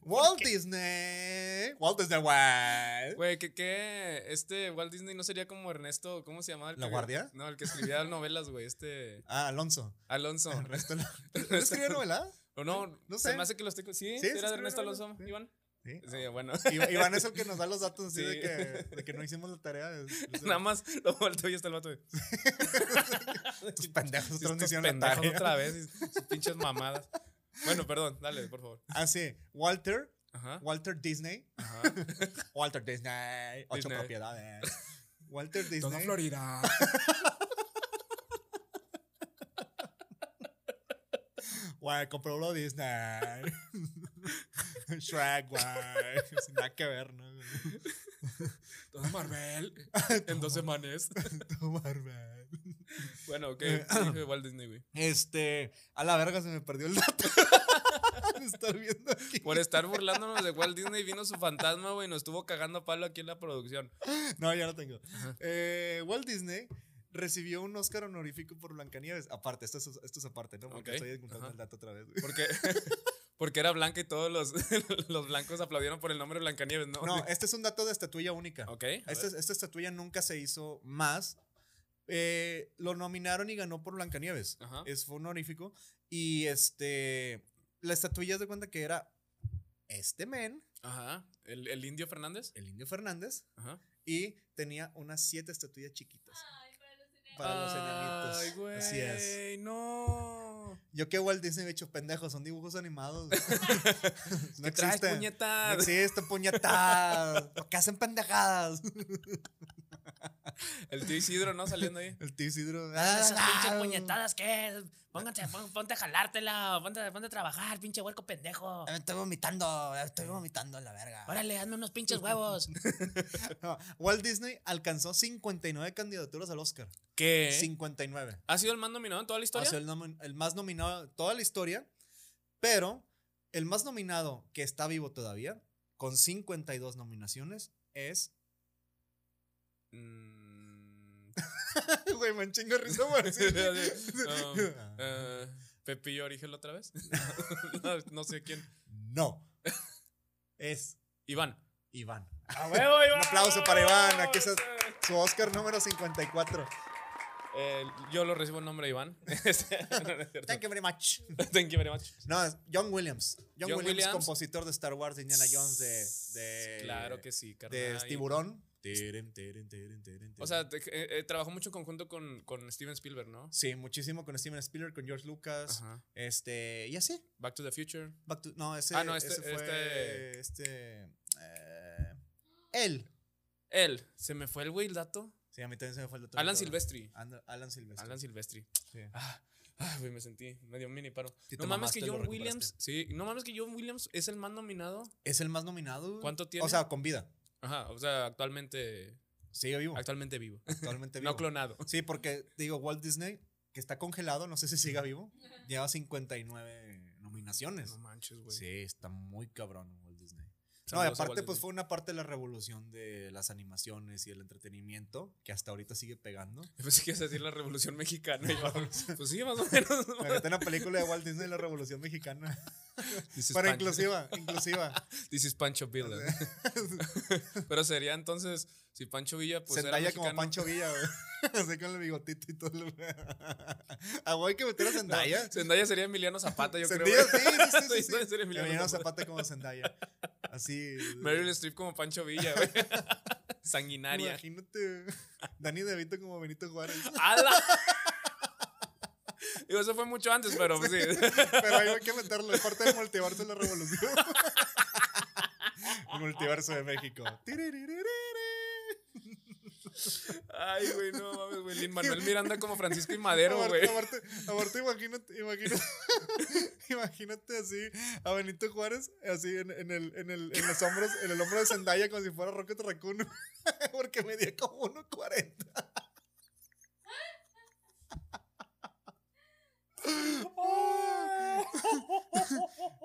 Walt Disney. Walt Disney World. Güey, ¿qué, ¿qué? Este Walt Disney no sería como Ernesto, ¿cómo se llamaba? el ¿La que- Guardia? No, el que escribía novelas, güey. Este Ah, Alonso. Alonso. Ernesto Alonso. ¿No escribió novela? ¿O no? No Se sé. me hace que los estoy... ¿Sí? ¿Era Sí, sí de escribió Ernesto novelas, Alonso, sí. Iván? Sí. Sí, bueno. I- Iván es el que nos da los datos así Sí. de, que, de que no hicimos la tarea. de- de- Nada más lo volteo y está el vato de... Estos pendejos, otros no Estos hicieron la pendejos tarea. otra vez. y Sus pinches mamadas. Bueno, perdón. Dale, por favor. Ah, sí. Walter. Ajá. Walter Disney. Ajá. Este, Walter Disney. Ocho Disney. propiedades. Walter Disney. Florida. Güey, compró uno Disney. Shrek, güey. Sin nada que ver, ¿no? Toda Marvel. En dos semanas. Tu Marvel. Bueno, ok. Eh, Hijo de Walt Disney, güey. Este. A la verga se me perdió el dato. De estar viendo aquí. Por estar burlándonos de Walt Disney vino su fantasma, güey, y nos estuvo cagando a palo aquí en la producción. No, ya no tengo. Eh, Walt Disney recibió un Oscar honorífico por Blancanieves. Aparte, esto es, esto es aparte, ¿no? Porque Ok, estoy contando ajá. el dato otra vez. güey. Porque, porque era blanca y todos los, los blancos aplaudieron por el nombre Blancanieves, ¿no? No, este es un dato de estatuilla única. Ok. a Esta, ver. esta estatuilla nunca se hizo más. Eh, lo nominaron y ganó por Blancanieves. Ajá. Es, fue honorífico. Y este. La estatuilla se de cuenta que era este men, Ajá. ¿El, el indio Fernández? el indio Fernández, Ajá. y tenía unas siete estatuillas chiquitas. para los Ay, enanitos. güey. Así es. No. Yo que Walt Disney me he hecho pendejo, son dibujos animados. güey. no ¿Qué traes, existen. No puñeta? existen, puñetas. ¿Por qué hacen pendejadas? El tío Isidro, ¿no? Saliendo ahí. El tío Isidro. Esas pinches ah, puñetadas que pónganse, pon- ponte a jalártela, ponte, ponte a trabajar, pinche huerco pendejo. Me estoy vomitando, me estoy vomitando en la verga. Órale, hazme unos pinches huevos. No, Walt Disney alcanzó 59 candidaturas al Oscar. ¿Qué? 59. ¿Ha sido el más nominado en toda la O historia? sea, el, nomi- el más nominado de toda la historia. Pero El más nominado que está vivo todavía, con 52 nominaciones, es. Mm, Güey, me enchingo de risa, güey, así. um, Ah. eh, Pepillo Origel otra vez. no, no sé quién. No. Es Iván. Iván. ¡A huevo, Iván! Un aplauso para Iván. Aquí está su Oscar número 54. Eh, yo lo recibo en nombre de Iván. No, no es cierto. Thank you very much. Thank you very much. No, es John Williams. John, John Williams, Williams. compositor de Star Wars, de Indiana Jones, de. de Claro que sí, De carnal. Tiburón. O sea, te- eh, eh, trabajó mucho en conjunto con, con Steven Spielberg, ¿no? Sí, muchísimo con Steven Spielberg, con George Lucas. Ajá. Este. Y así. Back to the Future. Back to- no, ese, Ah, no, este- ese fue. Este. eh, él. Él. Se me fue el güey el dato. Sí, a mí también se me fue el otro. Alan otro- Silvestri. Anda- Alan Silvestri. Alan Silvestri. Este. Sí. Ah, ah, güey, me sentí medio mini paro. Sí, te no mames mamaste, que lo John recuperaste. Williams. Sí, no mames que John Williams es el más nominado. Es el más nominado. güey. ¿Cuánto tiene? O sea, con vida. Ajá, o sea, actualmente Sigue vivo. actualmente vivo. Actualmente vivo. No clonado. Sí, porque te digo, Walt Disney, que está congelado, no sé si siga vivo, lleva 59 nominaciones. No manches, güey. Sí, está muy cabrón Walt Disney. No, y Saludos a aparte, Walt pues Disney. fue una parte de la revolución de las animaciones y el entretenimiento, que hasta ahorita sigue pegando. Yo Pensé que ibas a decir la Revolución Mexicana. y yo, pues sí, más o menos. Me metí en la película de Walt Disney, La Revolución Mexicana. Dices Pero Pancho- inclusiva, inclusiva. This is Pancho Villa. Pero sería entonces, si Pancho Villa, pues. era Zendaya como mexicano. Pancho Villa, güey. Así con el bigotito y todo. el- Ah, güey, hay que meter a No, Zendaya. Zendaya sería Emiliano Zapata, yo Zendaya, creo. güey. sí, sí, sí, sí, sí. Zendaya sería Emiliano Emiliano Zapata. Zapata como Zendaya. Así. eh, Meryl Streep como Pancho Villa, güey. Sanguinaria. Imagínate. Dani DeVito como Benito Juárez. ¡Hala! Digo, eso fue mucho antes, pero pues, sí. Pero ahí hay que meterlo. Es parte del multiverso de la revolución. El multiverso de México. Tiriririri. Ay, güey, no mames, güey. Lin Manuel Miranda como Francisco y Madero, güey. Aparte, aparte- aparte, imagínate, imagínate, imagínate así a Benito Juárez, así en, en el, en, el, en los hombros, en el hombro de Zendaya como si fuera Rocket Raccoon. Porque medía como 1.40.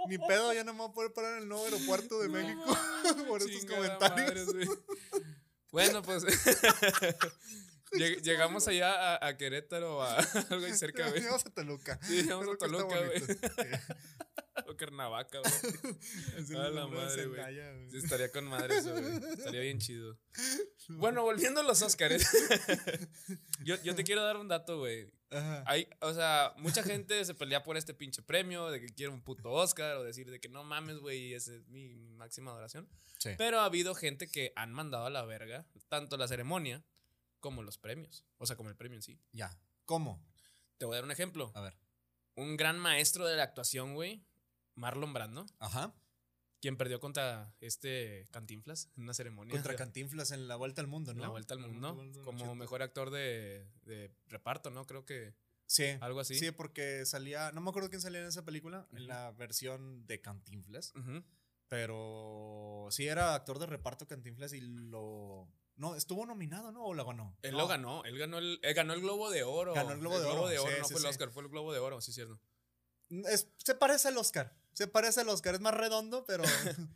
Ni pedo, ya no me voy a poder parar en el nuevo aeropuerto de México por estos Chingada comentarios. madre, sí. Bueno, pues. lleg- llegamos allá a, a Querétaro o a algo ahí cerca, güey. Llegamos a Toluca. Sí, llegamos a Toluca, güey. está bonito. O Cuernavaca, güey. Sí, es el A la nombre de madre, güey. Zendaya, güey. Sí, estaría con madre eso, güey. Estaría bien chido. Bueno, volviendo a los Oscars. yo, yo te quiero dar un dato, güey. Ajá. Hay, o sea, mucha gente se pelea por este pinche premio, de que quiere un puto Oscar, o decir de que no mames, güey, esa es mi, mi máxima adoración. Sí. Pero ha habido gente que han mandado a la verga tanto la ceremonia como los premios. O sea, como el premio en sí. Ya. ¿Cómo? Te voy a dar un ejemplo. A ver. Un gran maestro de la actuación, güey, Marlon Brando, Ajá. quien perdió contra este Cantinflas en una ceremonia. Contra Cantinflas en la vuelta al mundo, En ¿no? La vuelta al mundo, Vuelta al como mundo. mejor actor de, de reparto, ¿no? Creo que Sí. algo así. Sí, porque salía. No me acuerdo quién salía en esa película, Ah, Ujú. en la versión de Cantinflas. Ujú. Pero sí era actor de reparto Cantinflas y lo. No, estuvo nominado, ¿no? O la ganó. Él No, lo ganó, él ganó el, él ganó el Globo de Oro. Ganó el Globo de Oro, sí, no sí, fue sí. el Oscar, fue el Globo de Oro, sí, es cierto. es- se parece al Oscar. Se parece al Oscar. Es más redondo, pero.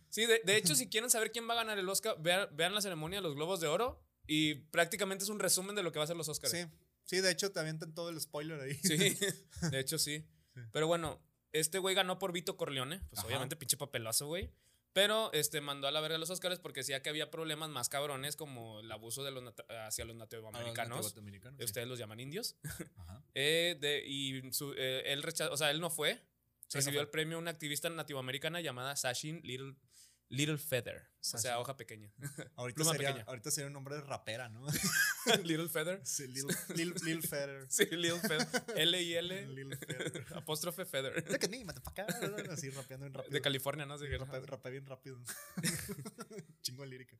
Sí, de, de hecho, si quieren saber quién va a ganar el Oscar, vean, vean la ceremonia de los Globos de Oro y prácticamente es un resumen de lo que va a ser los Oscars. sí. Sí, de hecho, te avientan todo el spoiler ahí. Sí, de hecho sí. Sí. Pero bueno, este güey ganó por Vito Corleone, pues Ajá. obviamente pinche papelazo, güey. Pero este mandó a la verga los Oscars porque decía que había problemas más cabrones como el abuso de los nata- hacia Ah, los nativoamericanos. Americanos. Ustedes los llaman indios. Ajá. Eh, de- y su- eh, él rechazó, o sea, él no fue. Sí, no recibió fue. el premio una activista nativoamericana llamada Sashin Little, Little Feather. O Sashin. sea, hoja pequeña. Ahorita, Pluma sería, pequeña. ahorita sería un nombre de rapera, ¿no? Little Feather. Sí, Lil, Lil, Lil Federer. Sí, Little Feather. L y L. Lil Federer. apóstrofe Feather. Look at me, motherfucker. Así rapeando bien rápido. De California, no sé qué. Rapea, rapea bien rápido. Chingo de lírica.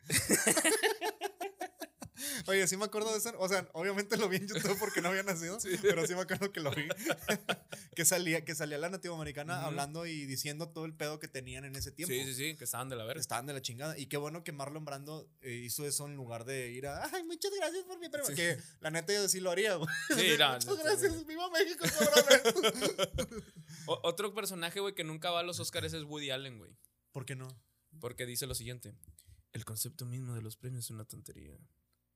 Oye, sí me acuerdo de eso. O sea, obviamente lo vi en YouTube porque no había nacido, pero sí me acuerdo que lo vi. que salía, que salía la nativoamericana Ujú. hablando y diciendo todo el pedo que tenían en ese tiempo. Sí, sí, sí, que estaban de la verga. Estaban de la chingada. Y qué bueno que Marlon Brando eh, hizo eso en lugar de ir a. Ay, muchas gracias por mi premio. Sí. Que la neta yo sí lo haría, güey. Sí, no, muchas no, no, gracias. Viva México, cabrones. O- otro personaje, güey, que nunca va a los Oscars es Woody Allen, güey. ¿Por qué no? Porque dice lo siguiente: El concepto mismo de los premios es una tontería.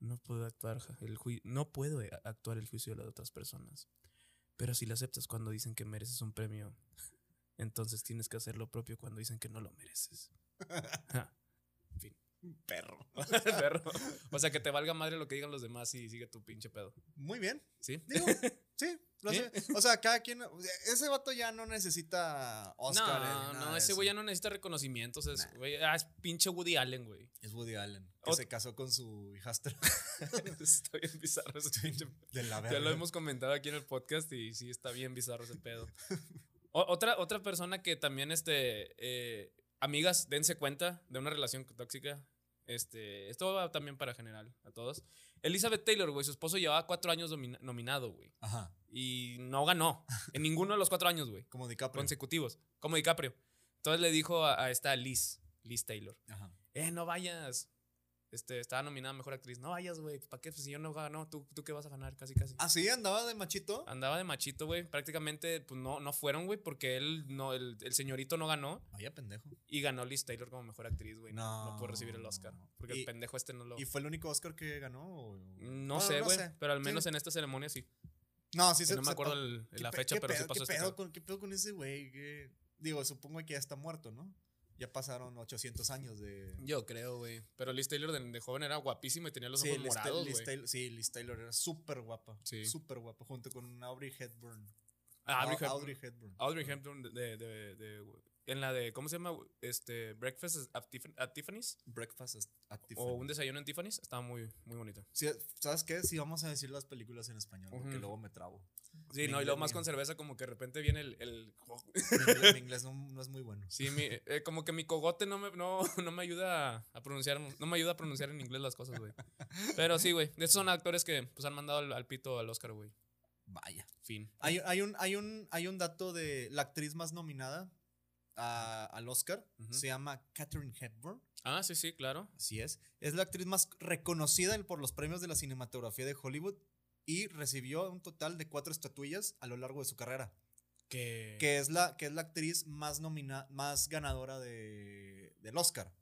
No puedo actuar ja- el ju- no puedo eh, actuar el juicio de las otras personas. Pero si lo aceptas cuando dicen que mereces un premio, entonces tienes que hacer lo propio cuando dicen que no lo mereces. Ja. Perro. Perro. O sea, que te valga madre lo que digan los demás y sigue tu pinche pedo. Muy bien. ¿Sí? Digo, sí. lo ¿Sí? hace- O sea, cada quien. Ese vato ya no necesita Oscar. eh, no, no, ese güey ya no necesita reconocimientos. Es, güey, ah, es pinche Woody Allen, güey. Es Woody Allen. Que Ot- se casó con su hijastra. está bien bizarro ese pinche De la verga. Ya lo hemos comentado aquí en el podcast y sí, está bien bizarro ese pedo. O- otra, otra persona que también, este, eh, amigas, dense cuenta de una relación tóxica. Este, esto va también para general a todos. Elizabeth Taylor, güey, su esposo llevaba cuatro años domina- nominado, güey. Ajá. Y no ganó en ninguno de los cuatro años, güey. Como DiCaprio. Consecutivos, como DiCaprio. Entonces le dijo a, a esta Liz, Liz Taylor, Ajá. eh, no vayas. Este, estaba nominada a Mejor Actriz. No vayas, güey. ¿Para qué? Pues si yo no gano, ¿tú, ¿tú qué vas a ganar? Casi, casi. ¿Ah, sí? ¿Andaba de machito? Andaba de machito, güey. Prácticamente pues, no, no fueron, güey, porque él no, el, el señorito no ganó Vaya pendejo. y ganó Liz Taylor como mejor actriz, güey. No. No. pudo recibir el Oscar. Porque Y- el pendejo este no lo. ¿Y fue el único Oscar que ganó? o- No Bueno, sé, güey. Pero al Sí. menos en esta ceremonia sí. No, sí Que se no me se acuerdo pa- el- ¿Qué la pe- fecha, qué pero se pedo- pasó ¿qué este pedo, pedo. con, ¿Qué pedo con ese güey? Que- Digo, supongo que ya está muerto, ¿no? Ya pasaron 800 años de... Yo creo, güey. Pero Liz Taylor de, de joven era guapísima y tenía los Sí, ojos Liz Ta- morados, Liz güey. Taylor, sí, Liz Taylor era súper guapa. Sí. Súper guapa, junto con una Audrey Hepburn. Ah, Audrey Au- Hepburn. Audrey Hepburn. Audrey Hepburn de, de, de- de- En la de. ¿Cómo se llama? güey? Este. Breakfast at, Tiff- at Tiffany's. Breakfast at- at O Tiffany's. un desayuno en Tiffany's. Estaba muy, muy bonita. Sí, ¿Sabes qué? Sí, vamos a decir las películas en español, porque Ujú. luego me trabo. Sí, En no, y lo inglés, más mira. con cerveza, como que de repente viene el- el Mi inglés, mi inglés no, no es muy bueno. Sí, mi- eh, como que mi cogote no me, no, no me ayuda a, a pronunciar, no me ayuda a pronunciar en inglés las cosas, güey. Pero sí, güey. Estos son actores que pues, han mandado al, al pito al Oscar, güey. Vaya. Fin. Hay, hay, un, hay, un, hay un dato de la actriz más nominada a- al Oscar. Ujú. Se llama Catherine Hepburn. Ah, sí, sí, claro. Así es. Es la actriz más reconocida por los premios de la cinematografía de Hollywood y recibió un total de cuatro estatuillas a lo largo de su carrera. Que. Que es la, que es la actriz más, nomina, más ganadora de, del Oscar.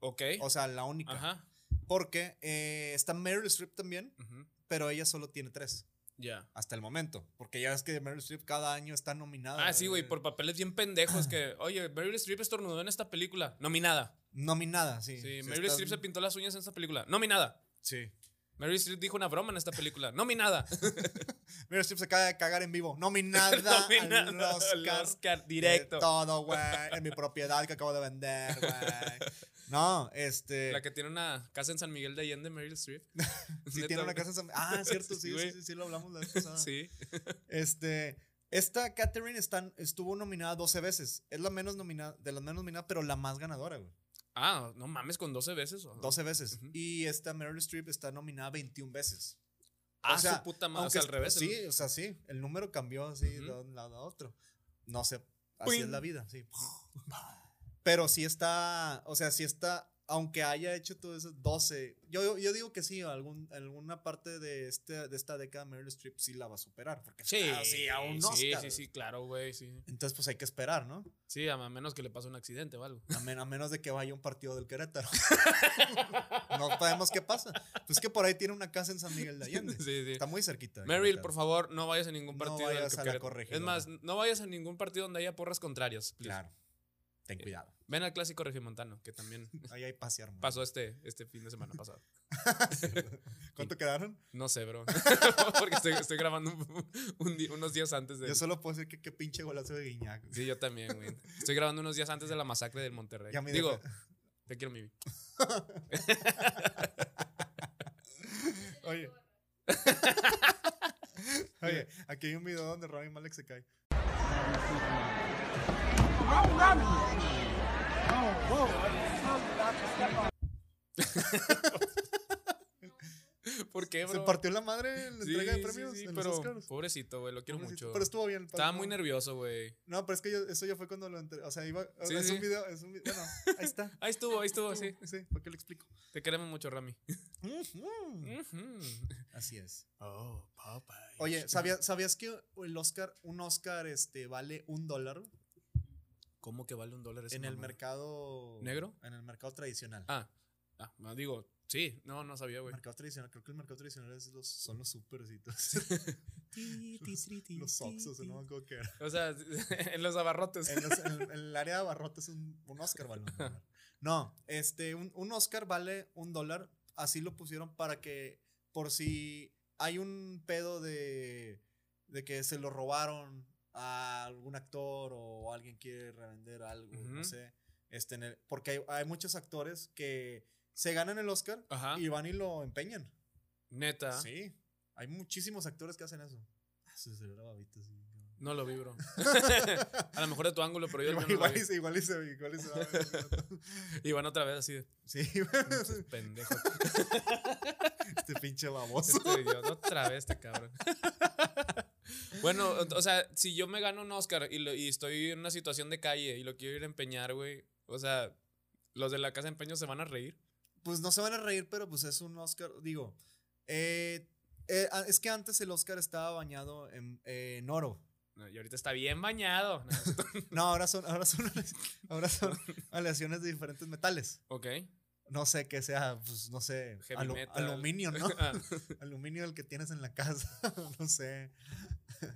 Ok. O sea, la única. Ajá. Porque eh, está Meryl Streep también, Ujú. pero ella solo tiene tres Ya. hasta el momento. Porque ya ves que Meryl Streep cada año está nominada. eh, Ah, sí, güey, por papeles bien pendejos que, oye, Meryl Streep estornudó en esta película, nominada. Nominada, sí. Sí, Sí, Meryl está- Streep se pintó las uñas en esta película, nominada. Sí. Meryl Streep dijo una broma en esta película, nominada. Meryl Streep se acaba de cagar en vivo. Nominada, al Nominada al Oscar. Oscar de directo. Todo, güey. En mi propiedad que acabo de vender, güey. No, este. La que tiene una casa en San Miguel de Allende, Meryl Streep. sí Neta, tiene una güey. casa en San- Ah, cierto, Sí, sí, sí, sí, güey. sí, lo hablamos la vez pasada. Sí. Este, esta Catherine están, estuvo nominada 12 veces. Es la menos nominada, de las menos nominadas, pero la más ganadora, güey. Ah, no mames, con 12 veces. ¿o? 12 veces. Ujú. Y esta Meryl Streep está nominada 21 veces. Ah, O sea, su puta madre. O aunque sea, al es- revés. Sí, ¿no? o sea, sí. El número cambió así de Ujú. un lado a otro. No sé. Así es Puin. la vida, sí. Pero sí está. O sea, sí está. Aunque haya hecho todo eso, 12. Yo, yo digo que sí, algún, alguna parte de, este, de esta década Meryl Streep sí la va a superar. Porque está así a un sí, Oscar, sí, sí, claro, güey, sí. Entonces, pues hay que esperar, ¿no? Sí, a menos que le pase un accidente o algo. A, men- a menos de que vaya un partido del Querétaro. no sabemos qué pasa. Pues que por ahí tiene una casa en San Miguel de Allende. Sí, sí. Está muy cerquita. de Meryl, Querétaro. por favor, no vayas a ningún No partido. del vayas que a la quer- corregidora. Es más, no vayas a ningún partido donde haya porras contrarias. please. Eh, Claro. Ten cuidado. Ven al clásico regimontano, que también Ahí hay pase armado. pasó este, este fin de semana pasado. ¿Cuánto quedaron? No sé, bro. Porque estoy, estoy grabando un- un di- unos días antes de. Yo solo puedo decir que qué pinche golazo de Guiñac. Sí, yo también, güey. Estoy grabando unos días antes de la masacre del Monterrey. Ya me Digo, dejó. te quiero, Mimi. Oye. Oye, aquí hay un video donde Rami Malek se cae. ¿Por qué, bro? Se partió la madre en la Sí, entrega de sí, premios sí, en pero los Oscars. pobrecito, güey, lo quiero mucho. Pero estuvo bien. Estaba no- muy nervioso, güey. No, pero es que yo- eso ya fue cuando lo entre... O sea, iba. Sí, es sí. un video. Es un vi- Bueno, ahí está. Ahí estuvo, ahí estuvo, Oh, sí. Sí, ¿por qué lo explico? Te queremos mucho, Rami. Ujú. Ujú. Así es. Oh, Oye, ¿sabía- ¿sabías que el Oscar, un Oscar este, vale un dólar? ¿Cómo que vale un dólar ese En el mamón? mercado. ¿Negro? En el mercado tradicional. Ah, ah, no, digo, sí, no, no sabía, El güey. mercado tradicional, creo que el mercado tradicional es los, son los supercitos. los soxos, no me acuerdo qué era. O sea, en los abarrotes. En, los- en el, en el área de abarrotes un, un Oscar vale un dólar. No, este, un, un Oscar vale un dólar. Así lo pusieron para que, por si hay un pedo de, de que se lo robaron a algún actor o alguien quiere revender algo, Ujú. no sé. Este, en el- porque hay, hay muchos actores que se ganan el Oscar Ajá. y van y lo empeñan. Neta. Sí. Hay muchísimos actores que hacen eso. Ah, Se celebra babito, sí. No lo vi, bro. A lo mejor de tu ángulo, pero yo, yo no Igual, lo igual, vi. y se- igual y se igual y se va a ver. Y van otra vez así de, Sí, "Pinches pendejos. este pinche baboso. Este idiota, otra vez este cabrón. bueno, o, o sea, si yo me gano un Oscar y, lo- y estoy en una situación de calle y lo quiero ir a empeñar, güey, o sea, los de la casa de empeño se van a reír. Pues no se van a reír, pero pues es un Oscar. Digo, eh, eh, a- es que antes el Oscar estaba bañado en, eh, en oro. No, y ahorita está bien bañado. No, No, ahora son, ahora son, ahora son aleaciones de diferentes metales. ok. No sé qué sea, pues no sé, Heavy alu- metal. aluminio, ¿no? Ah, aluminio el que tienes en la casa, no sé.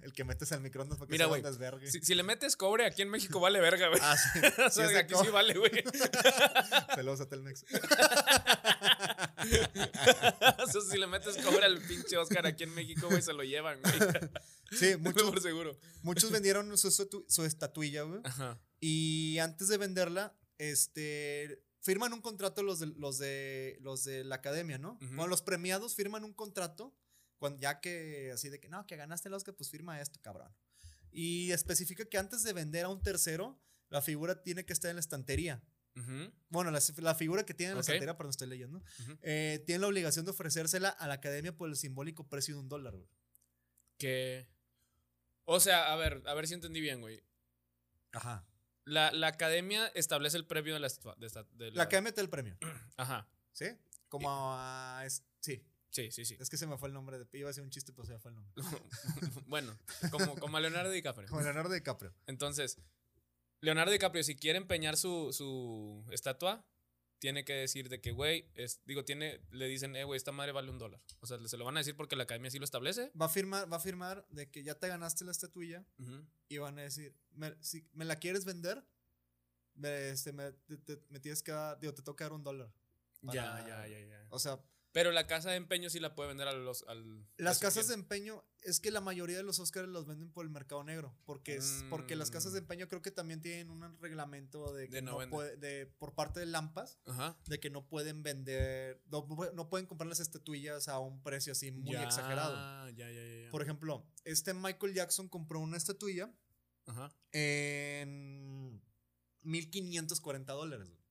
El que metes al microondas para que Mira, se haga güey, un desvergue. si, si le metes cobre, aquí en México vale verga, güey. Ah, sí. O sí sea, es de aquí co- sí vale, güey. Saludos a Telmex. o sea, si le metes cobre al pinche Oscar aquí en México, güey, se lo llevan, güey. Sí, Mucho muchos, por seguro. muchos vendieron su, su, su estatuilla, güey. Ajá. Y antes de venderla, este firman un contrato los de los de los de la academia, ¿no? Ujú. Bueno, los premiados firman un contrato cuando ya que así de que no, que ganaste el Oscar, pues firma esto, cabrón. Y especifica que antes de vender a un tercero, la figura tiene que estar en la estantería. Ujú. Bueno, la, cif- la figura que tiene en la Ok. estantería, perdón, estoy leyendo, Ujú. eh, tiene la obligación de ofrecérsela a la academia por el simbólico precio de un dólar, güey. Que. O sea, a ver, a ver si entendí bien, güey. Ajá. La, la academia establece el premio de la, estatua- de esta- de La academia te da el premio, Ajá. ¿sí? Como a- es- sí, Sí, sí, sí. Es que se me fue el nombre de. Iba a decir un chiste, pero se me fue el nombre. bueno, como, como a Leonardo DiCaprio. Como Leonardo DiCaprio. Entonces, Leonardo DiCaprio, si quiere empeñar su, su estatua, tiene que decir de que, güey, es- digo, tiene, le dicen, eh, güey, esta madre vale un dólar. O sea, se lo van a decir porque la academia sí lo establece. Va a firmar, va a firmar de que ya te ganaste la estatuilla Ujú. y van a decir, me, si me la quieres vender, me, este, me, te- te- me tienes que dar, digo, te toca dar un dólar. Ya, Para- ya, ya, ya. O sea, Pero la casa de empeño sí la puede vender a los. Al, las a su casas de cliente. empeño, es que la mayoría de los Oscars los venden por el mercado negro, porque, es, porque las casas de Mm. empeño creo que también tienen un reglamento de que De no no vender. puede- de, por parte de Lampas, Ajá. de que no pueden vender, no, pu- no pueden comprar las estatuillas a un precio así muy Ya, exagerado. Ya, ya, ya. ya. Por ejemplo, este Michael Jackson compró una estatuilla Ajá. en 1540 dólares, güey,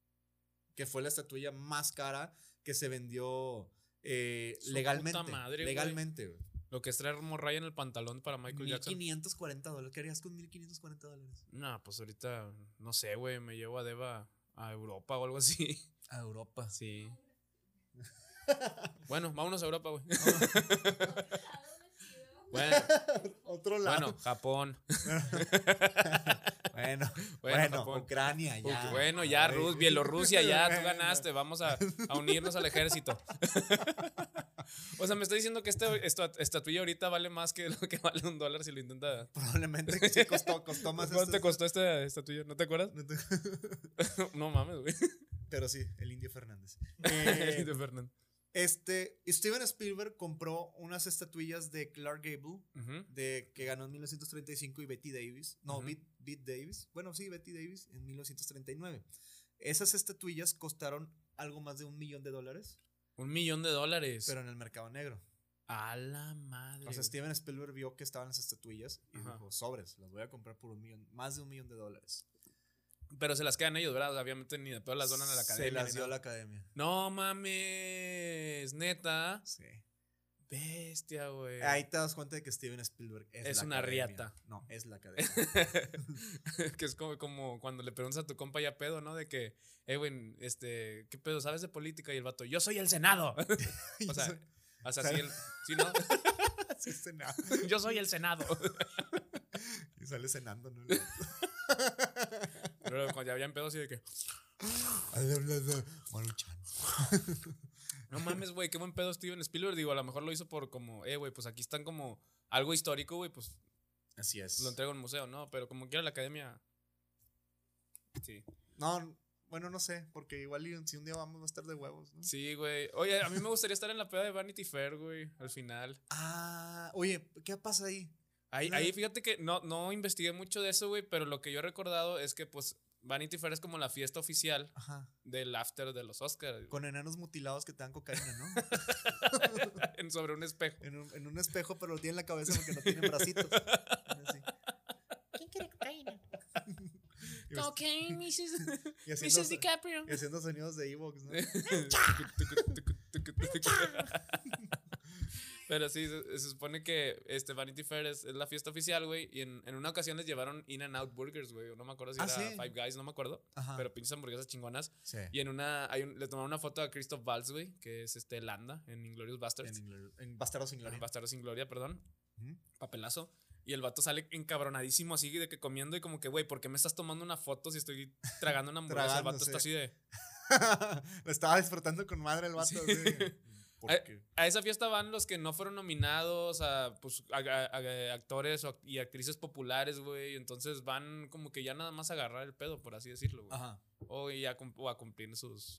que fue la estatuilla más cara que se vendió eh, Su legalmente. puta madre, güey. legalmente, güey. Lo que es traer morraya en el pantalón para Michael Jackson. 1540 dólares. ¿Qué harías con 1540 dólares? No, pues ahorita, no sé, güey, me llevo a Deva a Europa o algo así. A Europa. Sí. bueno, vámonos a Europa, güey. bueno, Otro lado. bueno, Japón. Bueno, bueno, Japón. Ucrania, ya. Uy, bueno, ya, Ay. Rus, Bielorrusia, ya, tú Bueno. ganaste. Vamos a, a unirnos al ejército. o sea, me está diciendo que esta esta estatuilla ahorita vale más que lo que vale un dólar si lo intenta. Probablemente que sí costó, costó más. ¿Cuánto este- te costó esta estatuilla? ¿No te acuerdas? No te- no mames, güey. Pero sí, el Indio Fernández. Eh, De Fernández. Este, Steven Spielberg compró unas estatuillas de Clark Gable, Ujú. de, que ganó en 1935, y Betty Davis. No, Ujú. Bette Bette Davis. Bueno, sí, Betty Davis en 1939. Esas estatuillas costaron algo más de un millón de dólares, Un millón de dólares. pero en el mercado negro. a Ah, la madre. O sea, güey. Steven Spielberg vio que estaban las estatuillas y Ajá. dijo, sobres, las voy a comprar por un millón, más de un millón de dólares. Pero se las quedan ellos, ¿verdad? Obviamente ni de todas las donan a la academia. Se ni las dio nada. a la academia. No mames, neta. Sí. Bestia, güey. Ahí te das cuenta de que Steven Spielberg es, Es la una academia. riata. No, es la academia. que es como, como cuando le preguntas a tu compa ya pedo, ¿no? De que, eh, güey, este, ¿qué pedo? ¿Sabes de política? Y el vato, yo soy el Senado. o sea, o sea, sí, el- sí, ¿no? Sí, cena- Yo soy el Senado. Y sale cenando, ¿no? Pero cuando ya había pedo así de que, Maruchan. no mames, güey, qué buen pedo Steven Spielberg. Digo, a lo mejor lo hizo por como, eh, güey, pues aquí están como algo histórico, güey, pues Así es. lo entrego al museo, ¿no? Pero como quiera la academia. Sí. No, bueno, no sé, porque igual y si un día vamos va a estar de huevos, ¿no? Sí, güey. Oye, a mí me gustaría estar en la peda de Vanity Fair, güey, al final. Ah, oye, ¿qué pasa ahí? Ahí, No. ahí fíjate que no, no investigué mucho de eso, güey, pero lo que yo he recordado es que, pues, Vanity Fair es como la fiesta oficial Ajá. del after de los Oscars. Con enanos mutilados que te dan cocaína, ¿no? en- sobre un espejo. En un, en un espejo, pero lo tienen en la cabeza porque no tienen bracitos. Así. ¿Quién quiere cocaína? Y vas- y haciendo, Mrs. DiCaprio. y haciendo sonidos de Evox, ¿no? Eh, pero sí, se, se supone que este Vanity Fair es, es la fiesta oficial, güey, y en, en una ocasión les llevaron In and Out Burgers, güey. No me acuerdo si Ah, era sí. Ah. Five Guys, no me acuerdo. Ajá. Pero pinches hamburguesas chingonas. sí. Y en una, hay un- le tomaron una foto a Christoph Waltz, güey, que es este Landa en Inglorious Bastards. En, Ingl- en Bastardos sin Gloria. Bastardo sin Gloria, perdón. Ujú. Papelazo. Y el vato sale encabronadísimo así de que comiendo y como que, güey, ¿por qué me estás tomando una foto si estoy tragando una hamburguesa? el vato Tragándose. está así de... Lo estaba disfrutando con madre el vato. Sí. así. ¿Por Ay, qué? A esa fiesta van los que no fueron nominados, a, pues, a- a- a actores o act- y actrices populares, güey. Entonces van como que ya nada más a agarrar el pedo, por así decirlo, güey. Ajá. O, y a, cum- o a cumplir sus...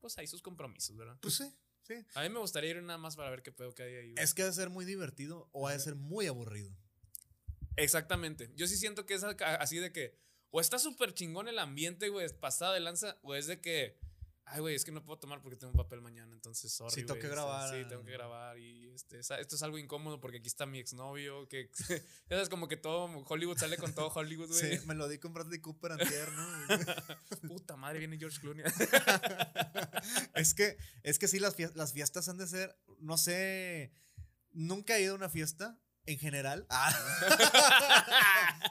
Pues ahí sus compromisos, ¿verdad? Pues sí, sí. A mí me gustaría ir nada más para ver qué pedo que hay ahí. güey. Es que ha de ser muy divertido o ha de ser muy aburrido. Exactamente. Yo sí siento que es aca- así de que o está súper chingón el ambiente, güey, pasada de lanza, o es de que, ay, güey, es que no puedo tomar porque tengo un papel mañana, entonces, sorry, Sí, tengo güey, que o sea, grabar ah, Sí, al- tengo que grabar y este, sa- esto es algo incómodo porque aquí está mi exnovio, que ya sabes como que todo Hollywood sale con todo Hollywood, Pues, güey. Sí, me lo di con Bradley Cooper antier, ¿no? Puta madre, viene George Clooney. es que es que sí las fiestas, las fiestas han de ser no sé nunca he ido a una fiesta en general Ah.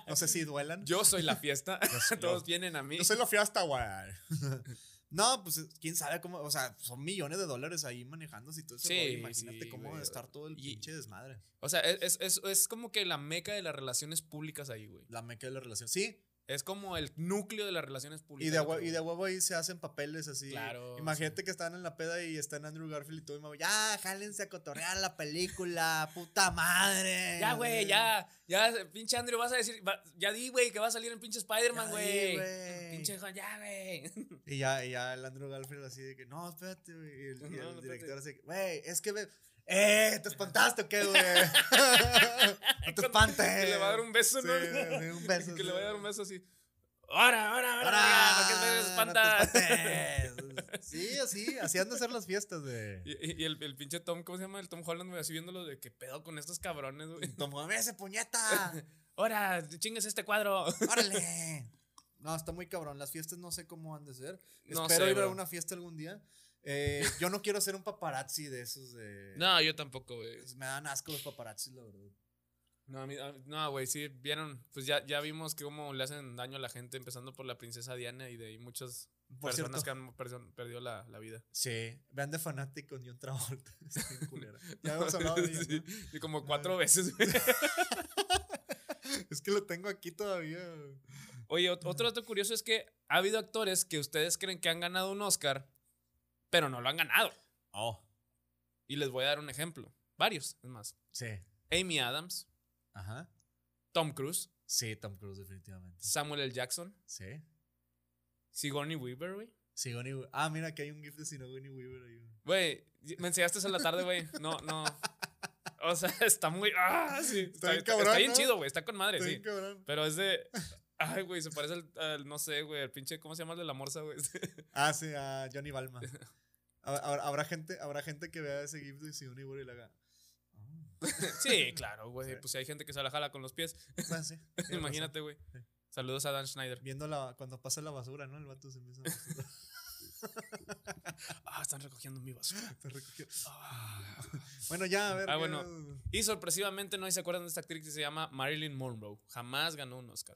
no sé si duelan Yo soy la fiesta, soy- todos yo- vienen a mí. Yo soy la fiesta güey no pues quién sabe cómo o sea son millones de dólares ahí manejándose y todo eso Sí, rollo. imagínate sí, cómo güey. debe estar todo el Y- pinche desmadre O sea, e, es, es- es- es como que la meca de las relaciones públicas ahí, güey. la meca de la relación sí Es como el núcleo de las relaciones públicas. y de, yo hue- creo, y de güey. huevo ahí se hacen papeles así. Claro, Imagínate que están en la peda y están Andrew Garfield y todo. Y mamá, ya, jálense a cotorrear la película, puta madre. Ya, güey, ya. Ya, pinche Andrew, vas a decir, va- ya di, güey, que va a salir en pinche Spider-Man, Ya güey. di, güey. Pinche, hijo, ya, güey. Y ya, y ya el Andrew Garfield así de que, no, espérate, güey. Y el, y No, el no, espérate. director así, de que, güey, es que ve. ¡Eh! ¿Te espantaste o qué, güey? no te espantes. Que le va a dar un beso, Eh, Sí, ¿no? de- de un beso, que le va a sí. dar un beso así. Ahora, ahora, ahora. ¡Ahora! ¿Por qué te ¡No te espantas? espantes! sí, así, así han de ser las fiestas de. Y, y- y el, el pinche Tom, ¿cómo se llama? El Tom Holland, güey, así viéndolo de qué pedo con estos cabrones, güey. Toma, ¡Ve ese puñeta! Ahora, chingues este cuadro. ¡Órale! No, está muy cabrón. Las fiestas no sé cómo han de ser. No Espero sé, ir a bro. una fiesta algún día. Eh, yo no quiero ser un paparazzi de esos de. No, yo tampoco, güey. Pues Me dan asco los paparazzi, la verdad. No, a mí- a- no, güey, sí, vieron. Pues ya, ya vimos que cómo le hacen daño a la gente, empezando por la princesa Diana y de ahí muchas Por personas cierto. que han perso- perdido la, la vida. Sí. Vean de Fanatic con John Travolta. Está bien culera. Ya habíamos hablado de ella, Sí, ¿no? Y como No, cuatro no. veces, güey. Es que lo tengo aquí todavía. Oye, ot- otro dato curioso es que ha habido actores que ustedes creen que han ganado un Oscar, pero no lo han ganado. Oh. Y les voy a dar un ejemplo. Varios, es más. Sí. Amy Adams, Ajá. Tom Cruise, Sí, Tom Cruise, definitivamente. Samuel L. Jackson, Sí. Sigourney Weaver, güey. Sigourney Weaver. Ah, mira, que hay un GIF de Sigourney Weaver ahí. Güey, me enseñaste eso en la tarde, güey. No, no. O sea, está muy... Ah, sí. Está, bien está- cabrón, está bien ¿no? chido, güey. Está con madre, Está sí. bien cabrón. Pero es de... Ay, güey, se parece al, al- no sé, güey, al pinche, ¿cómo se llama el de la morsa, güey? Ah, sí, a Johnny Balma. Hab- hab- Habrá gente, habrá gente que vea ese GIF de Sigourney Weaver y la haga. "Ah". Sí, claro, güey. Sí. Pues si hay gente que se la jala con los pies. Ah, sí, tienes razón. Imagínate, güey. Sí. Saludos a Dan Schneider. Viendo la, cuando pasa la basura, ¿no? El vato se empieza a basura, Ah, están recogiendo mi basura. se recogió. Ah. Bueno, ya, a ver. Ah, ¿qué- bueno. Y sorpresivamente, no sé si se acuerdan de esta actriz que se llama Marilyn Monroe. Jamás ganó un Oscar.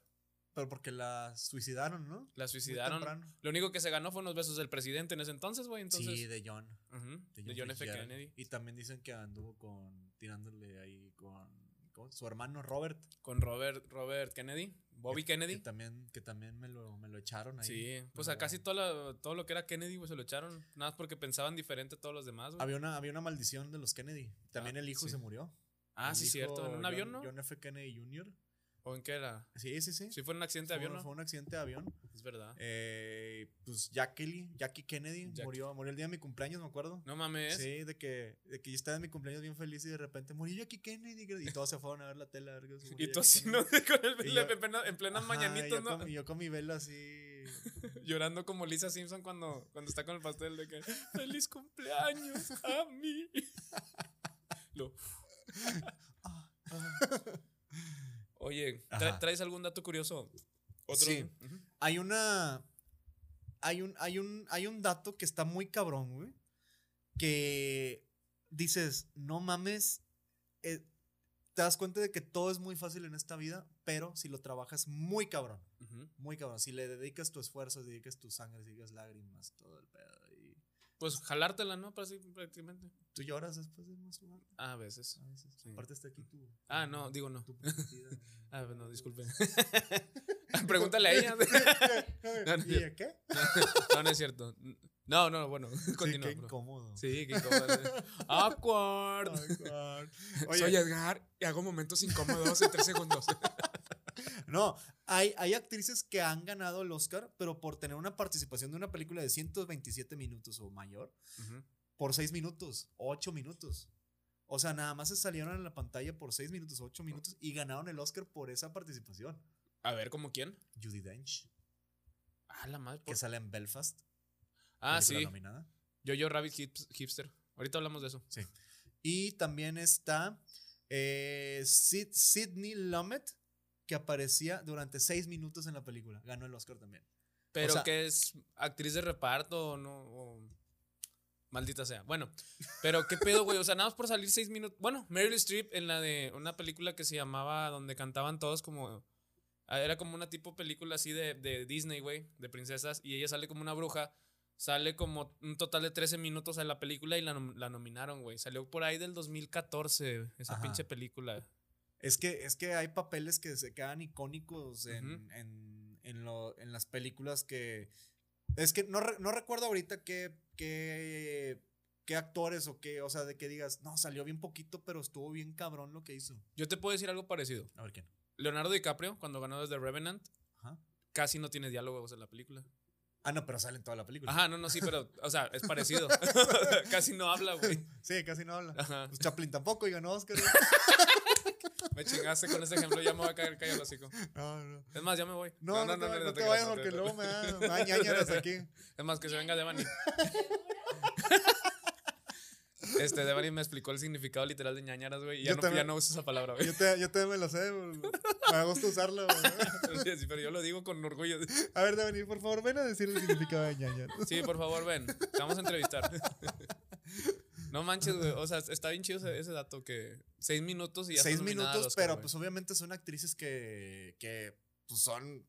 Pero porque la suicidaron, ¿no? La suicidaron. temprano. Lo único que se ganó fue unos besos del presidente en ese entonces, güey. Entonces, sí, de John. ujú, de, John F. Fitzgerald. Kennedy. Y también dicen que anduvo con. tirándole ahí con. con su hermano Robert. Con Robert, Robert Kennedy. Bobby Kennedy. Que también, que también me, lo, me lo echaron ahí. Sí, Me pues lo- a casi todo, la- todo lo que era Kennedy, güey, se lo echaron. Nada más porque pensaban diferente a todos los demás, güey. Había una, había una maldición de los Kennedy. También Ah, el hijo sí. se murió. Ah, El sí, hijo, cierto. ¿En un avión, John- no? John F. Kennedy Jr. ¿O en qué era? Sí, sí, sí. Sí, fue en un accidente fue, de avión, ¿no? fue un accidente de avión. Es verdad. Eh, pues Jackie, Jackie Kennedy Jackie. murió, murió el día de mi cumpleaños, me acuerdo. No mames. Sí, de que, de que yo estaba en mi cumpleaños bien feliz y de repente murió Jackie Kennedy. Y todos se fueron a ver la tela. a ver que se murió Y tú Jackie así, ¿no? Kennedy. Con el- Y yo- en plena- en plenas Ajá, mañanitas, yo ¿no? Con, yo con mi vela así. Llorando como Lisa Simpson cuando, cuando está con el pastel de que ¡Feliz cumpleaños a mí! Lo- Oye, tra- Ah, Ajá. ¿traes algún dato curioso? Sí. Ujú. Hay una. Hay un, hay un, hay un dato que está muy cabrón, güey. Que dices, no mames. eh, te das cuenta de que todo es muy fácil en esta vida, pero si lo trabajas muy cabrón. Ujú. Muy cabrón. Si le dedicas tu esfuerzo, si dedicas tu sangre, si dedicas lágrimas, todo el pedo. Y Pues jalártela, ¿no? Prácti- Prácticamente. tú lloras después de masturbar A veces. a veces. Sí. Aparte está aquí tu. Ah, no, digo no. tu prometida. Ah, no, disculpen. Pregúntale a ella. No, no. ¿Y a qué? No, no es cierto. No, no, bueno, Sí, continúa. qué bro. incómodo. Sí, qué incómodo. Awkward. Ay, God. Oye, Edgar y hago momentos incómodos en tres segundos. No, hay, hay actrices que han ganado el Oscar, pero por tener una participación de una película de 127 minutos o mayor, por 6 minutos, 8 minutos. O sea, nada más se salieron en la pantalla por 6 minutos, 8 minutos y ganaron el Oscar por esa participación. A ver, ¿como quién? Judy Dench, Ah, la madre. por- que sale en Belfast. Ah, película sí. nominada. Yo, yo, Rabbit Hips- Hipster. Ahorita hablamos de eso. Y también está eh, Sid- Sidney Lumet, que aparecía durante 6 minutos en la película. Ganó el Oscar también. Pero O sea- que es actriz de reparto o no. o- Maldita sea. Bueno, pero qué pedo, güey. O sea, nada más por salir seis minutos. Bueno, Meryl Streep en la de una película que se llamaba donde cantaban todos como. ah, Era como una tipo película así de, de Disney, güey, de princesas. Y ella sale como una bruja. Sale como un total de 13 minutos a la película y la, nom- la nominaron, güey. Salió por ahí del 2014, esa Ajá. pinche película. Es que, es que hay papeles que se quedan icónicos en, Ujú. en, en lo- en las películas que... Es que no, re- no recuerdo ahorita qué, qué, qué actores o qué, o sea, de que digas, no, salió bien poquito, pero estuvo bien cabrón lo que hizo. Yo te puedo decir algo parecido. A ver quién. Leonardo DiCaprio, cuando ganó desde Revenant, Ajá. casi no tiene diálogos en la película. Ah, no, pero sale en toda la película. Ajá, no, no, sí, pero, o sea, es parecido. Casi no habla, güey. Sí, casi no habla. Ajá. Pues Chaplin tampoco y ganó Oscar. Me chingaste con ese ejemplo, ya me voy a caer callado, hocico. No, no. Es más, ya me voy. No, no, te, va- no te creas, vayas no porque te- luego me da, me da ñañaras aquí. Es más, que se venga Devani. Este, Devani me explicó el significado literal de ñañaras, güey, y ya Yo no, también- ya no uso esa palabra, güey. Yo te, yo te me la sé, bro. me gusta usarla. bro. Sí, pero yo lo digo con orgullo. A ver, Devani, por favor, ven a decir el significado de ñañaras. Sí, por favor, ven. Te vamos a entrevistar. No manches, güey. O sea, está bien chido ese, ese dato que seis minutos y ya seis estás nominada al minutos, Oscar, pero güey. pues obviamente son actrices que, que pues, son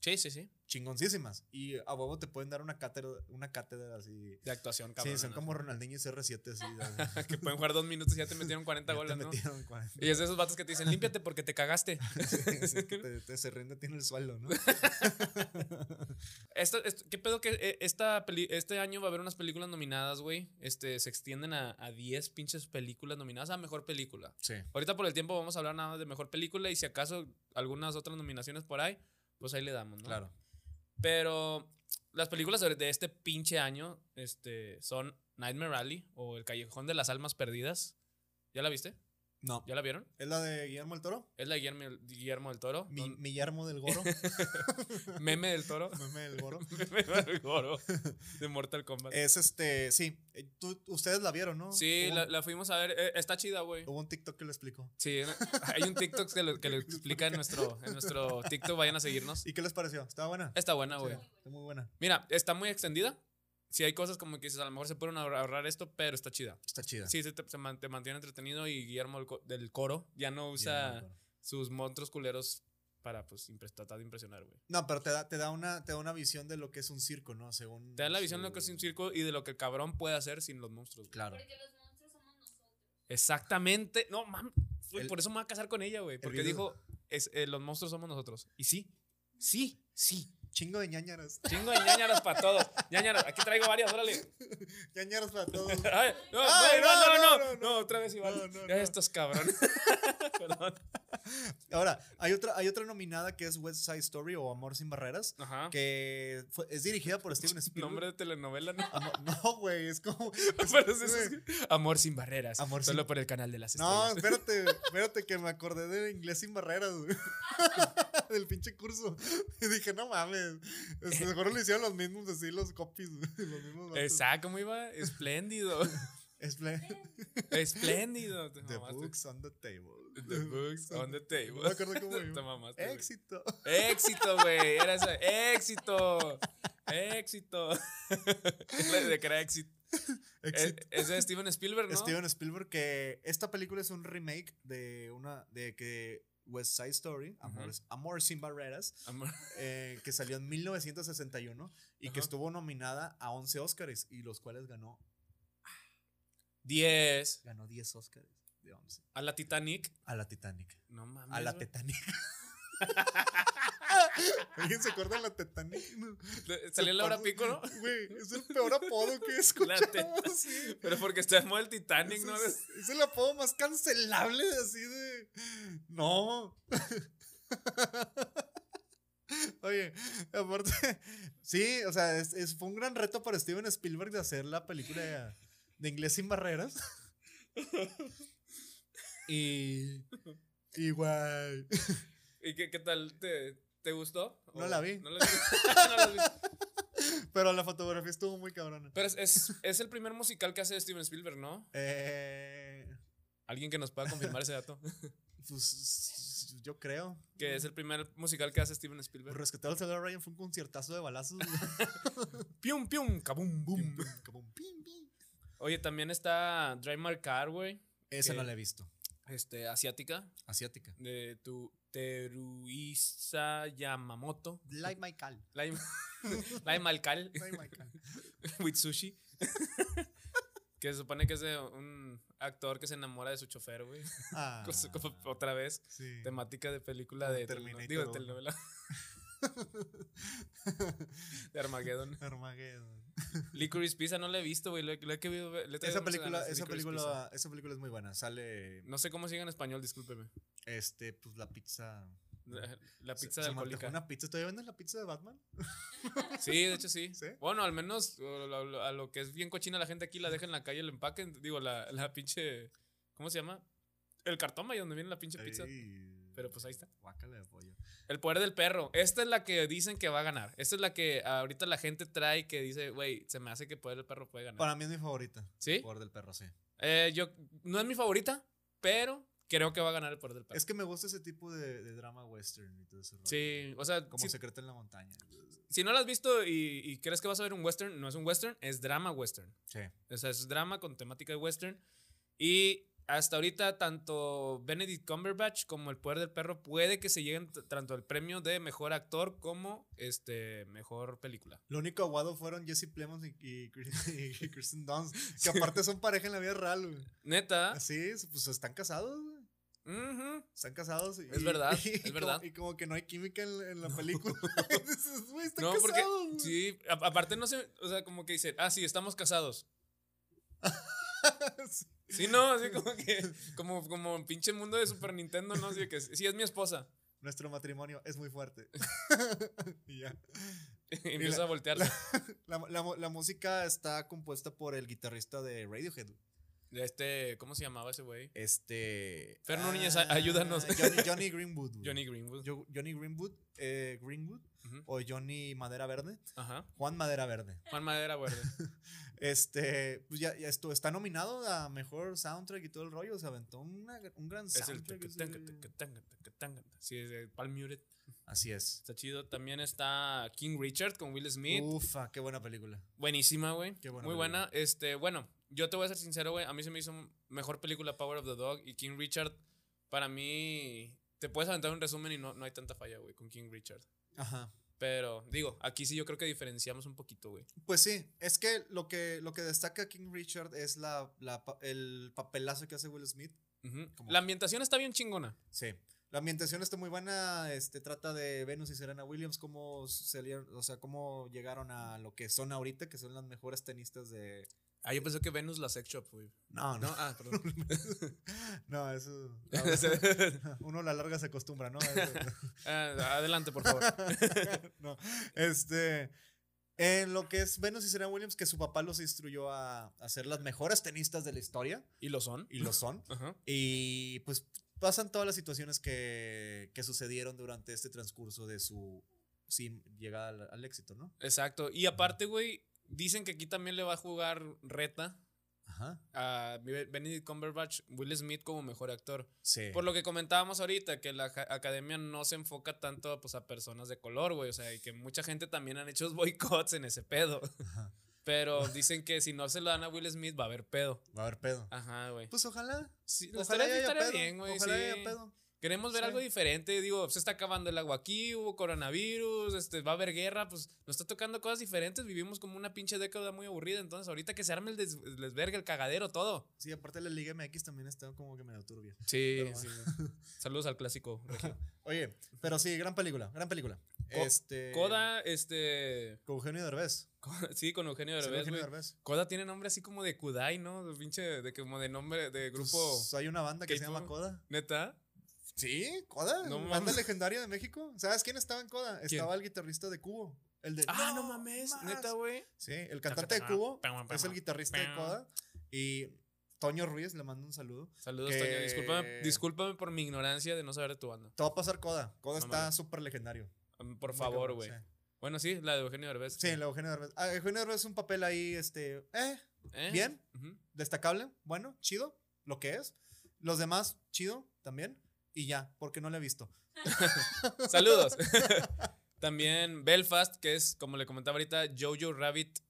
Sí, sí, sí. chingoncísimas. Y a huevo te pueden dar una cátedra, una cátedra así. De actuación, cabrón. sí, son como Ronaldinho y CR7. Así, así. que pueden jugar dos minutos y ya te metieron Ya 40 te goles, ¿no? metieron cuarenta. Y es de esos vatos que te dicen, límpiate porque te cagaste. Sí, que te, te- se rinde, tiene el suelo, ¿no? Esto, esto- ¿Qué pedo que eh, esta peli- este año va a haber unas películas nominadas, güey? Este, se extienden a, a 10 pinches películas nominadas a mejor película. Sí. Ahorita por el tiempo vamos a hablar nada más de mejor película y si acaso algunas otras nominaciones por ahí, pues ahí le damos, ¿no? Claro. Pero las películas sobre- de este pinche año este, son Nightmare Alley o El Callejón de las Almas Perdidas. ¿Ya la viste? No. ¿Ya la vieron? ¿Es la de Guillermo el Toro? Es la de Guillermo, Guillermo del Toro. Mi, don- mi Guillermo del Goro. meme del Toro. Meme del Goro. meme del Toro. De Mortal Kombat. Es este, sí. eh, tú- ustedes la vieron, ¿no? sí, Hubo- la, la fuimos a ver. Eh, está chida, güey. Hubo un TikTok que lo explicó. Sí, hay un TikTok que lo, que lo explica en nuestro, en nuestro TikTok. Vayan a seguirnos. ¿Y qué les pareció? ¿Estaba buena? Está buena, Sí, güey. está muy buena. Mira, está muy extendida. Sí, hay cosas como que dices, a lo mejor se pueden ahor- ahorrar esto, pero está chida. Está chida. Sí, se te, se man- te mantiene entretenido y Guillermo del Co- del Coro ya no Guillermo usa del Toro. sus monstruos culeros para pues impres- tratar de impresionar, güey. No, pero te da, te da una, te da una visión de lo que es un circo, ¿no? Según. Te da la visión de su- lo que es un circo y de lo que el cabrón puede hacer sin los monstruos. güey. Claro. Porque los monstruos somos nosotros. Exactamente. No, mami. Güey, El- por eso me voy a casar con ella, güey. Porque video- dijo, es- eh, los monstruos somos nosotros. Y sí, sí, sí. Chingo de ñañaras. Chingo de ñañaras para todos. ñañaras, aquí traigo varias, órale. ñañaras para todos. Ay, no, güey, Ay, no, no, no, no, no, no. otra vez Iván. No, no, Ya no. Estos cabrones. Perdón. Ahora, hay otra, hay otra nominada que es West Side Story o Amor sin Barreras, Ajá. que fue- es dirigida por Steven Spielberg. Nombre de telenovela, ¿no? Amor- no, güey, es como... es- Pero eso es- Ah, güey. amor sin barreras. Amor solo sin- por el canal de las No, estrellas. espérate, espérate que me acordé de inglés sin barreras, güey. Del pinche curso. Y dije, no mames. Este, Seguro le hicieron los mismos, así los copies, güey, los mismos. vatos. Eh. Exacto, ¿cómo iba? Espléndido. Es pla- Espléndido. Te The mamaste. books on the table. The books on the table. No me acuerdo cómo iba. Te mamaste, güey. Éxito. Éxito, güey. Era esa. Éxito. Éxito. Es la de que era éxito. Es, Éxito. es de Steven Spielberg, Eh, ¿no? Steven Spielberg, que esta película es un remake de una, de que West Side Story, Amores- Amor sin Barreras, Amor- eh, que salió en 1961 y Ajá. que estuvo nominada a 11 Óscares y los cuales ganó, Diez. ganó 10 Óscares de 11. A la Titanic. A la Titanic. No mames. A la güey. Titanic. ¿Alguien se acuerda de la Titanic? No. De- Salió Laura Pico, ¿no? Güey, es el peor apodo que he escuchado. teta. sí. Pero porque está en modo el Titanic, Es- ¿no? Es, es el apodo más cancelable, así de. No. Oye, aparte, sí, o sea, es, es- fue un gran reto para Steven Spielberg de hacer la película de, de inglés sin barreras. Y. Y guay. ¿Y qué, qué tal? ¿Te, te gustó? No ¿O la vi. ¿No la vi? No la vi. Pero la fotografía estuvo muy cabrona. Pero es, es, es el primer musical que hace Steven Spielberg, ¿no? Eh, Alguien que nos pueda confirmar ese dato. pues yo creo. Que es el primer musical que hace Steven Spielberg. Rescatar al Soldado Ryan fue un conciertazo de balazos. Pium, pium, kabum, bum. Como pim, pim. Oye, también está Drive My Car, güey. Esa Ok. no la he visto. Este, asiática. Asiática. De tu Teruisa Yamamoto. Like my cal. Lai Lai Malcal Like my cal. with sushi. que se supone que es de un actor que se enamora de su chofer, güey. Ah, Cosa como Otra vez. sí. Temática de película Como de telenovela. Terminator Digo, de uno. telenovela. de Armageddon. Armageddon. Licorice Pizza no la he visto, güey. Lo, he- lo he querido ver- le he traído Esa muchas película, ganas de esa Licorice Pizza. película, esa película es muy buena. Sale, No sé cómo sigue en español, discúlpeme. este, pues la pizza. La, la se- pizza se de me antojó alcohólica. Una pizza. ¿Todavía venden la pizza de Batman? Sí, de hecho sí. ¿Sí? Bueno, al menos o lo- lo- a lo que es bien cochina la gente aquí la deja en la calle, la empaquen. Digo, la, la pinche. ¿Cómo se llama? El cartón, ahí donde viene la pinche pizza. Ey, Pero pues ahí está. guácala de pollo. El poder del perro. Esta es la que dicen que va a ganar. Esta es la que ahorita la gente trae que dice, güey, se me hace que el poder del perro puede ganar. Para mí es mi favorita. ¿Sí? Poder del perro, sí. Eh, yo, no es mi favorita, pero creo que va a ganar el poder del perro. Es que me gusta ese tipo de, de drama western y todo eso. sí, o sea, Como si, secreto en la montaña. si no la has visto y, y crees que vas a ver un western, no es un western, es drama western. Sí. O sea, es drama con temática de western. Y hasta ahorita, tanto Benedict Cumberbatch como El Poder del Perro puede que se lleguen t- tanto al premio de mejor actor como este mejor película. Lo único aguado fueron Jesse Plemons y, y Chris- y Kristen Dunst, que aparte son pareja en la vida real, güey. Neta. Así, es, pues están casados, güey. ujú. Están casados. y- Es verdad, y es como- verdad. Y como que no hay química en, en la película. Y dices, güey, están No, porque. casados. güey. Sí, a- aparte no sé. O sea, como que dicen, ah, sí, estamos casados. Sí. Sí, no, así como que. Como, como un pinche mundo de Super Nintendo, ¿no? Así de que sí, es mi esposa. Nuestro matrimonio es muy fuerte. y ya. Y empieza la- a voltearse. La, la mu- la música está compuesta por el guitarrista de Radiohead. güey. De este. ¿Cómo se llamaba ese güey? Este. Fer Núñez, a- ayúdanos. Johnny, Johnny Greenwood. güey. Johnny Greenwood. Yo- Johnny Greenwood, eh, Greenwood Ujú. o Johnny Madera Verde. Ajá. Juan Madera Verde. Juan Madera Verde. Este, pues ya, ya esto, está nominado a mejor soundtrack y todo el rollo. Se aventó una- un gran Es el soundtrack. ese- tucutanga, tucutanga, tucutanga. Sí, es de Palmuret. Así es. Está chido. También está King Richard con Will Smith. Ufa, qué buena película. Buenísima, güey. Qué buena Muy Uh, buena. Este, bueno, yo te voy a ser sincero, güey. A mí se me hizo mejor película Power of the Dog y King Richard. Para mí, te puedes aventar un resumen y no, no hay tanta falla, güey, con King Richard. Ajá. Pero, digo, aquí sí yo creo que diferenciamos un poquito, güey. Pues sí, es que lo que, lo que destaca King Richard es la, la pa- el papelazo que hace Will Smith. Ujú. ¿Cómo? La ambientación está bien chingona. Sí. La ambientación está muy buena, este, trata de Venus y Serena Williams, cómo salieron, o sea, cómo llegaron a lo que son ahorita, que son las mejores tenistas de... Ah, yo pensé que Venus la sex shop, güey. No, No, no, ah, perdón. no, eso... Uno a la larga se acostumbra, ¿no? Ah, adelante, por favor. no, este... En lo que es Venus y Serena Williams, que su papá los instruyó a, a ser las mejores tenistas de la historia, ¿Y lo son? y lo son. Ajá. Y pues pasan todas las situaciones que, que sucedieron durante este transcurso de su sí, llegada al, al éxito, ¿no? Exacto. Y aparte, güey, dicen que aquí también le va a jugar reta Ajá. a Benedict Cumberbatch, Will Smith como mejor actor. Sí. Por lo que comentábamos ahorita, que la ja- academia no se enfoca tanto pues, a personas de color, güey. O sea, y que mucha gente también han hecho boicots en ese pedo. Ajá. Pero dicen que si no se lo dan a Will Smith va a haber pedo. Va a haber pedo. Ajá, güey. Pues ojalá. Sí, Ojalá Ah. estaría- haya estaría pedo. bien, güey, ojalá sí. haya pedo. Queremos ver Sí. algo diferente. Digo, se está acabando el agua aquí, hubo coronavirus, este, va a haber guerra, pues nos está tocando cosas diferentes. Vivimos como una pinche década muy aburrida. Entonces, ahorita que se arme el des- el desvergue, el cagadero, todo. Sí, aparte la Liga MX también está como que medio turbia. Sí, Pero bueno. Saludos al clásico. regio. Oye, pero sí, gran película, gran película. Co- este. Coda, este. Con Eugenio Derbez. Coda- sí, con Eugenio Sale Derbez. Eugenio güey. Derbez. Coda tiene nombre así como de Kudai, ¿no? De pinche, de como de nombre, de grupo. Pues, hay una banda que se K-pop. llama Coda. Neta. Sí, Coda. No banda mames. legendaria de México. ¿Sabes quién estaba en Coda? ¿Quién? Estaba el guitarrista de Cubo. El de. Ah, no, mames. más". Neta, güey. Sí, el cantante de Cubo es el guitarrista de Coda. Y Toño Ruiz le mando un saludo. Saludos, Que- Toño. Discúlpame, discúlpame por mi ignorancia de no saber de tu banda. Te va a pasar Coda. Coda No está mames. súper legendario. Mm, Por Muy favor, cabrón, güey. sí. Bueno, sí, la de Eugenio Derbez. Sí, el Eugenio Derbez. Ah, Eugenio Derbez es un papel ahí, este, eh, ¿Eh? bien, Ujú. destacable, bueno, chido, lo que es. Los demás, chido también. Y ya, porque no lo he visto. Saludos. También Belfast, que es, como le comentaba ahorita, Jojo Rabbit,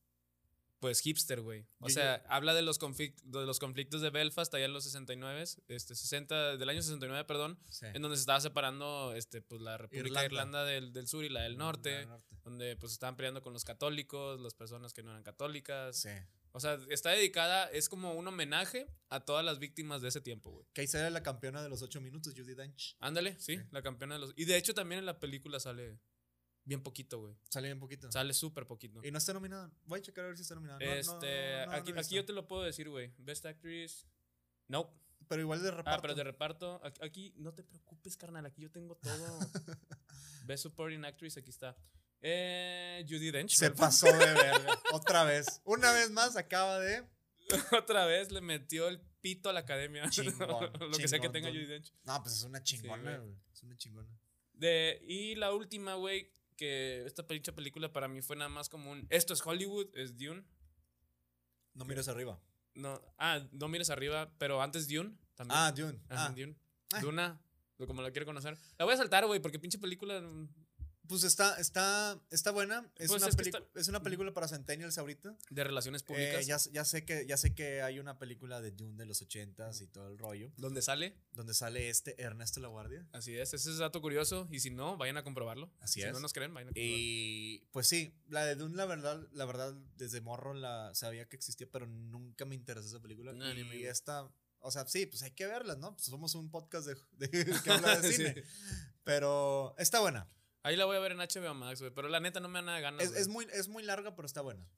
pues hipster, güey. O Jojo. sea, habla de los, conflic- de los conflictos de Belfast allá en los 69, este, 60, del año 69, perdón, Sí. en donde se estaba separando este, pues, la República de Eh. Irlanda. Irlanda Mm, del, del Sur y la del La Norte, del norte. donde pues estaban peleando con los católicos, las personas que no eran católicas. Sí. O sea, está dedicada, es como un homenaje a todas las víctimas de ese tiempo, güey. Que ahí sale la campeona de los ocho minutos, Judy Dench. Ándale, sí, Sí. la campeona de los. Y de hecho también en la película sale bien poquito, güey. Sale bien poquito. Sale súper poquito. Ah. Y no está nominada. Voy a checar a ver si está nominada. No, no, este, no, no, aquí, no he aquí visto. yo te lo puedo decir, güey. Best Actress. No. Pero igual de reparto. Ah, pero de reparto. Aquí, aquí no te preocupes, carnal. Aquí yo tengo todo. Best Supporting Actress, aquí está. Eh, Judy Dench. Se güey. pasó de verga. Otra vez. Una vez más acaba de. Otra vez le metió el pito a la academia. Chingón, lo que sea que chingón, tenga dude. Judy Dench. No, pues es una Sí, chingona, güey. güey. Es una chingona. De, y la última, güey, que esta pinche película para mí fue nada más como un. Esto es Hollywood, es Dune. No mires arriba. No, ah, no mires arriba, pero antes Dune también. Ah, Dune. Ajá, Ah, Dune. Ah. Duna, o como la quiero conocer. La voy a saltar, güey, porque pinche película. mm, Pues está, está, está buena. Es, Pues una es que pelicu- es una película para Centennials ahorita. De relaciones Eh, públicas. ya, ya sé que, ya sé que hay una película de Dune de los ochentas y todo el rollo. ¿Dónde sale? Donde sale este Ernesto La Guardia. Así es, ese es dato curioso. Y si no, vayan a comprobarlo. Así si es. no nos creen, vayan a comprobarlo. Y pues sí, la de Dune, la verdad, la verdad, desde morro la sabía que existía, pero nunca me interesó esa película. No, ni a mí, y güey. esta, o sea, sí, pues hay que verla, ¿no? Pues somos un podcast de, de- que habla de Sí. cine. Pero está buena. Ahí la voy a ver en HBO Max, güey. Pero la neta no me da nada de ganas. Es, güey. es muy, es muy larga, pero está buena.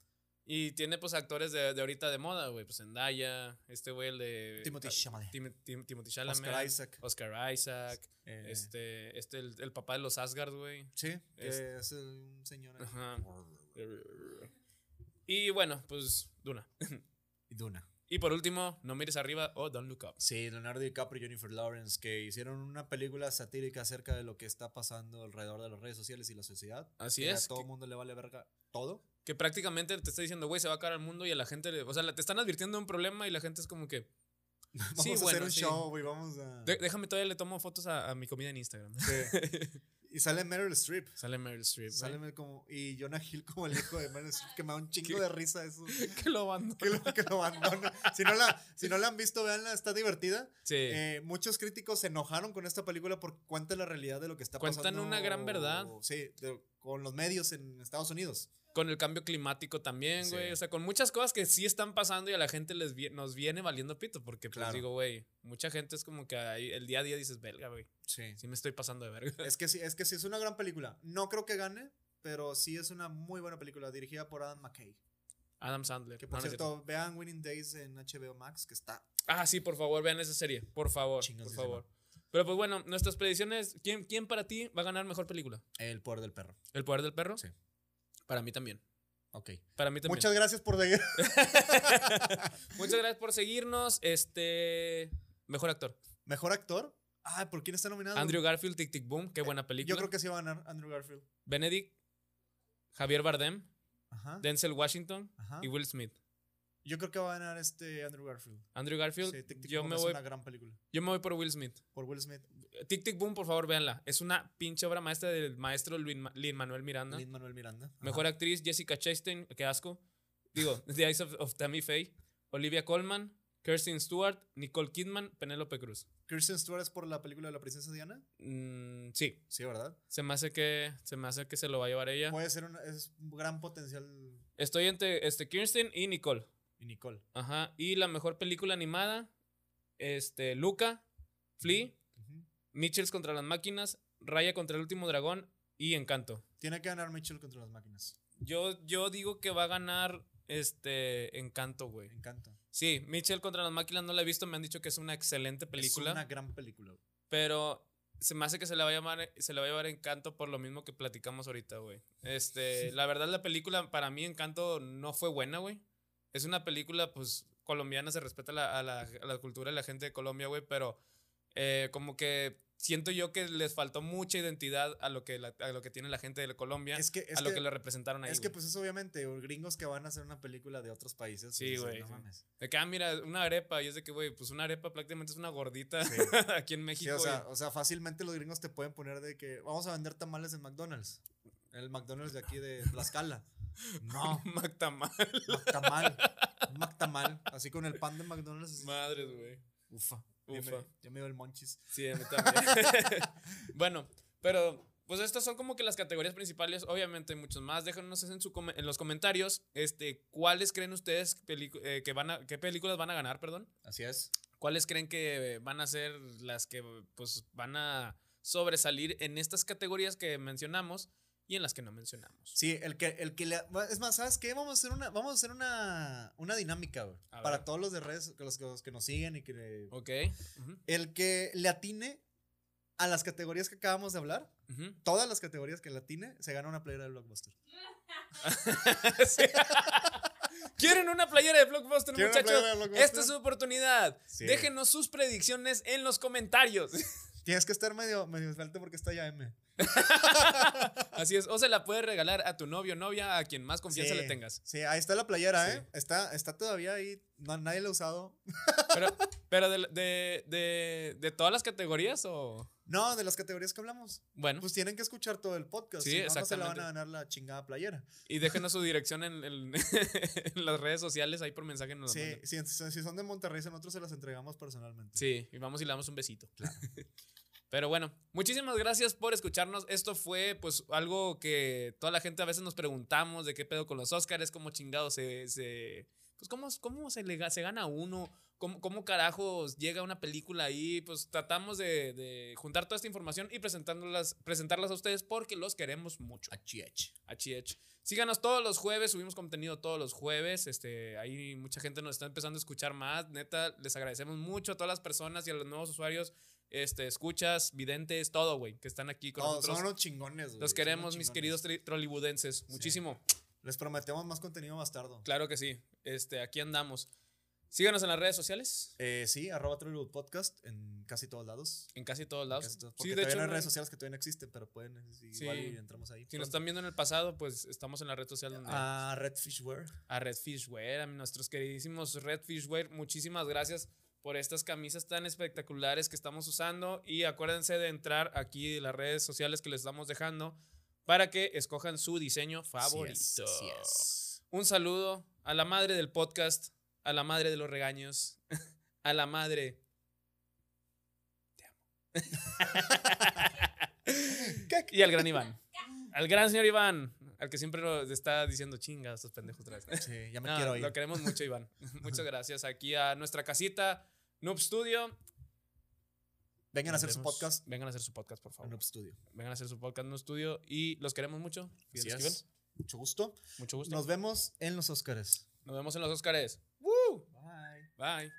Y tiene pues actores de, de ahorita de moda, güey. Pues Zendaya, este güey el de. Timothée ah, Chalamet. Tim- Tim- Timothée Chalamet. Oscar Isaac. Oscar Isaac. eh, Este, este el, el papá de los Asgard, güey. Sí, que es- es un señor. ahí. Ajá. Y bueno, pues Duna. Y Duna. Y por último, No mires arriba o Don't Look Up. Sí, Leonardo DiCaprio y Jennifer Lawrence, que hicieron una película satírica acerca de lo que está pasando alrededor de las redes sociales y la sociedad. Así Que es, A todo que- el mundo le vale verga todo. Que prácticamente te está diciendo, güey, se va a acabar el mundo y a la gente, le- o sea, la- te están advirtiendo de un problema y la gente es como que, Vamos a hacer bueno, un sí. show, güey. Vamos a. "De- déjame todavía le tomo fotos a, a mi comida en Instagram. Sí. y sale Meryl Streep. Sale Meryl Streep. Sale güey. Meryl como. Y Jonah Hill como el hijo de Meryl Streep, que me da un chingo de risa eso. que lo van. Que lo, que lo abandona. Si no, la, si no la han visto, véanla, está divertida. Sí. Eh, muchos críticos se enojaron con esta película porque cuenta la realidad de lo que está Cuentan pasando. una gran verdad. Sí, de- con los medios en Estados Unidos. Con el cambio climático también, Sí. güey. O sea, con muchas cosas que sí están pasando y a la gente les vie- nos viene valiendo pito. Porque, pues, Claro. digo, güey, mucha gente es como que ahí el día a día dices, verga, güey. Sí. Sí me estoy pasando de verga. Es que sí, es que sí, es una gran película. No creo que gane, pero sí es una muy buena película dirigida por Adam McKay. Adam Sandler. Que No, por no es cierto, vean Winning Days en HBO Max, que está Ah, sí, por favor, vean esa serie. Por favor, por Chingoncísima. favor. Pero pues bueno, nuestras predicciones. ¿Quién, ¿Quién para ti va a ganar mejor película? El poder del perro. ¿El poder del perro? Sí. Para mí también. Ok. Para mí también. Muchas gracias por seguir. Muchas gracias por seguirnos. Este. Mejor actor. Mejor actor. Ah, ¿por quién está nominado? Andrew Garfield, Tic Tic Boom. Qué buena película. Yo creo que sí va a ganar Andrew Garfield. Benedict, Javier Bardem, Ajá. Denzel Washington Ajá. y Will Smith. Yo creo que va a ganar este Andrew Garfield. Andrew Garfield, Sí, Tic Tic yo, Boom me es voy, una gran película. yo me voy por Will Smith. Por Will Smith, Tic Tic Boom, por favor, véanla. Es una pinche obra maestra del maestro Lin Manuel Miranda. Lin Manuel Miranda. Ajá. Mejor actriz, Jessica Chastain, qué asco. Digo, The Eyes of, of Tammy Faye, Olivia Colman, Kirsten Stewart, Nicole Kidman, Penélope Cruz. Kirsten Stewart es por la película de la princesa Diana. Mm, sí, Sí, ¿verdad? se me hace que se me hace que se lo va a llevar ella. Puede ser una, es un gran potencial. Estoy entre este Kirsten y Nicole. Y Nicole. Ajá, y la mejor película animada este Luca, Flea, Ujú. Mitchells contra las máquinas, Raya contra el último dragón y Encanto. Tiene que ganar Mitchell contra las máquinas. Yo yo digo que va a ganar este Encanto, güey. Me encanta. Sí, Mitchell contra las máquinas no la he visto, me han dicho que es una excelente película, Es una gran película. pero se me hace que se la va a llamar, se la va a llevar Encanto por lo mismo que platicamos ahorita, güey. Este, la verdad la película para mí Encanto no fue buena, güey. Es una película pues colombiana, se respeta la- a, la, a la cultura de la gente de Colombia, güey, pero eh, como que siento yo que les faltó mucha identidad a lo que la- a lo que tiene la gente de Colombia, Es que, es a lo que- que le representaron ahí. es que güey. pues es obviamente o gringos que van a hacer una película de otros países. pues, Sí, dicen, güey, "No sí. mames". De que, ah, mira, una arepa. Y es de que, güey, pues una arepa prácticamente es una gordita Sí. aquí en Sí, México. o, sea, güey. o sea, fácilmente los gringos te pueden poner de que vamos a vender tamales en McDonald's. El McDonald's de aquí de Tlaxcala. No, Mactamal. McTamal. un McTamal. Así con el pan de McDonald's. así. Madres, güey. Ufa. Ufa. Ya me, ya me dio el monchis. Sí, a mí también. bueno, pero pues estas son como que las categorías principales. Obviamente hay muchos más. Déjanos en, su come- en los comentarios este, cuáles creen ustedes pelicu- eh, que van a, qué películas van a ganar, perdón. Así es. ¿Cuáles creen que van a ser las que pues van a sobresalir en estas categorías que mencionamos y en las que no mencionamos? Sí, el que, el que le. Es más, ¿sabes qué? Vamos a hacer una, vamos a hacer una, una dinámica, güey. A Para ver. todos los de redes, los que, los que nos siguen y que. le- Ok. Ujú, El que le atine a las categorías que acabamos de hablar, ujú. todas las categorías que le atine, se gana una playera del blockbuster. Sí. ¿Quieren una playera de Blockbuster, ¿Quieren una muchachos? playera de Blockbuster? Esta es su oportunidad. Sí. Déjenos sus predicciones en los comentarios. Tienes que estar medio, medio esbelto porque está ya M. Así es. O se la puedes regalar a tu novio, novia, a quien más confianza Sí, le tengas. Sí, ahí está la playera, Sí. ¿eh? Está, está todavía ahí. No, nadie la ha usado. Pero, pero de, de- de- de todas las categorías o... No, de las categorías que hablamos. Bueno, Pues tienen que escuchar todo el podcast. Sí, si no, no se la van exactamente. a ganar la chingada playera. y déjenos su dirección en, en- en las redes sociales, ahí por mensaje nos la Sí, mandan. sí, entonces, si son de Monterrey, nosotros se las entregamos personalmente. Sí, y vamos y le damos un besito. Pero bueno, muchísimas gracias por escucharnos. Esto fue pues algo que toda la gente a veces nos preguntamos de qué pedo con los Óscares, cómo chingados se, se- pues cómo, cómo se le ga- se gana uno, cómo, cómo carajos llega una película ahí, pues tratamos de, de juntar toda esta información y presentándolas, presentarlas a ustedes porque los queremos mucho. HH. Síganos todos los jueves, subimos contenido todos los jueves. Este, ahí mucha gente nos está empezando a escuchar más. Neta, les agradecemos mucho a todas las personas y a los nuevos usuarios. Este, escuchas, videntes, todo, güey, que están aquí con Todos nosotros. son unos chingones. güey, son los unos queremos, mis chingones. queridos tri- trollywoodenses. Muchísimo. Les prometemos más contenido más tarde. Claro que sí. Este, aquí andamos. Síganos en las redes sociales. Eh, sí, arroba Trollywood Podcast en casi todos lados. En casi todos En lados. casi todos- Sí, Porque de todavía hecho, no hay no- redes sociales que todavía no existen, pero pueden, es- Sí. igual y entramos ahí. si nos pronto. están eh. viendo en el pasado, pues estamos en la red social donde Ah, Redfishware. a Redfishware, a nuestros queridísimos Redfishware. Muchísimas gracias por estas camisas tan espectaculares que estamos usando y acuérdense de entrar aquí en las redes sociales que les estamos dejando para que escojan su diseño favorito. Un saludo a la madre del podcast, a la madre de los regaños, a la madre. Te amo. y al gran Iván. Al gran señor Iván, al que siempre nos está diciendo chingas estos pendejos otra vez. Sí, ya me No, quiero ir. Ah, Lo queremos mucho, Iván. Muchas gracias. Aquí a nuestra casita, Noob Studio. Vengan a hacer su Nos vemos. podcast Vengan a hacer su podcast, por en favor. Noob Studio. Vengan a hacer su podcast, Noob Studio. Y los queremos mucho. Fidel Así es. Esquivel, Mucho gusto. Mucho gusto. Nos vemos en los Óscares. Nos vemos en los Óscares. Bye. Bye.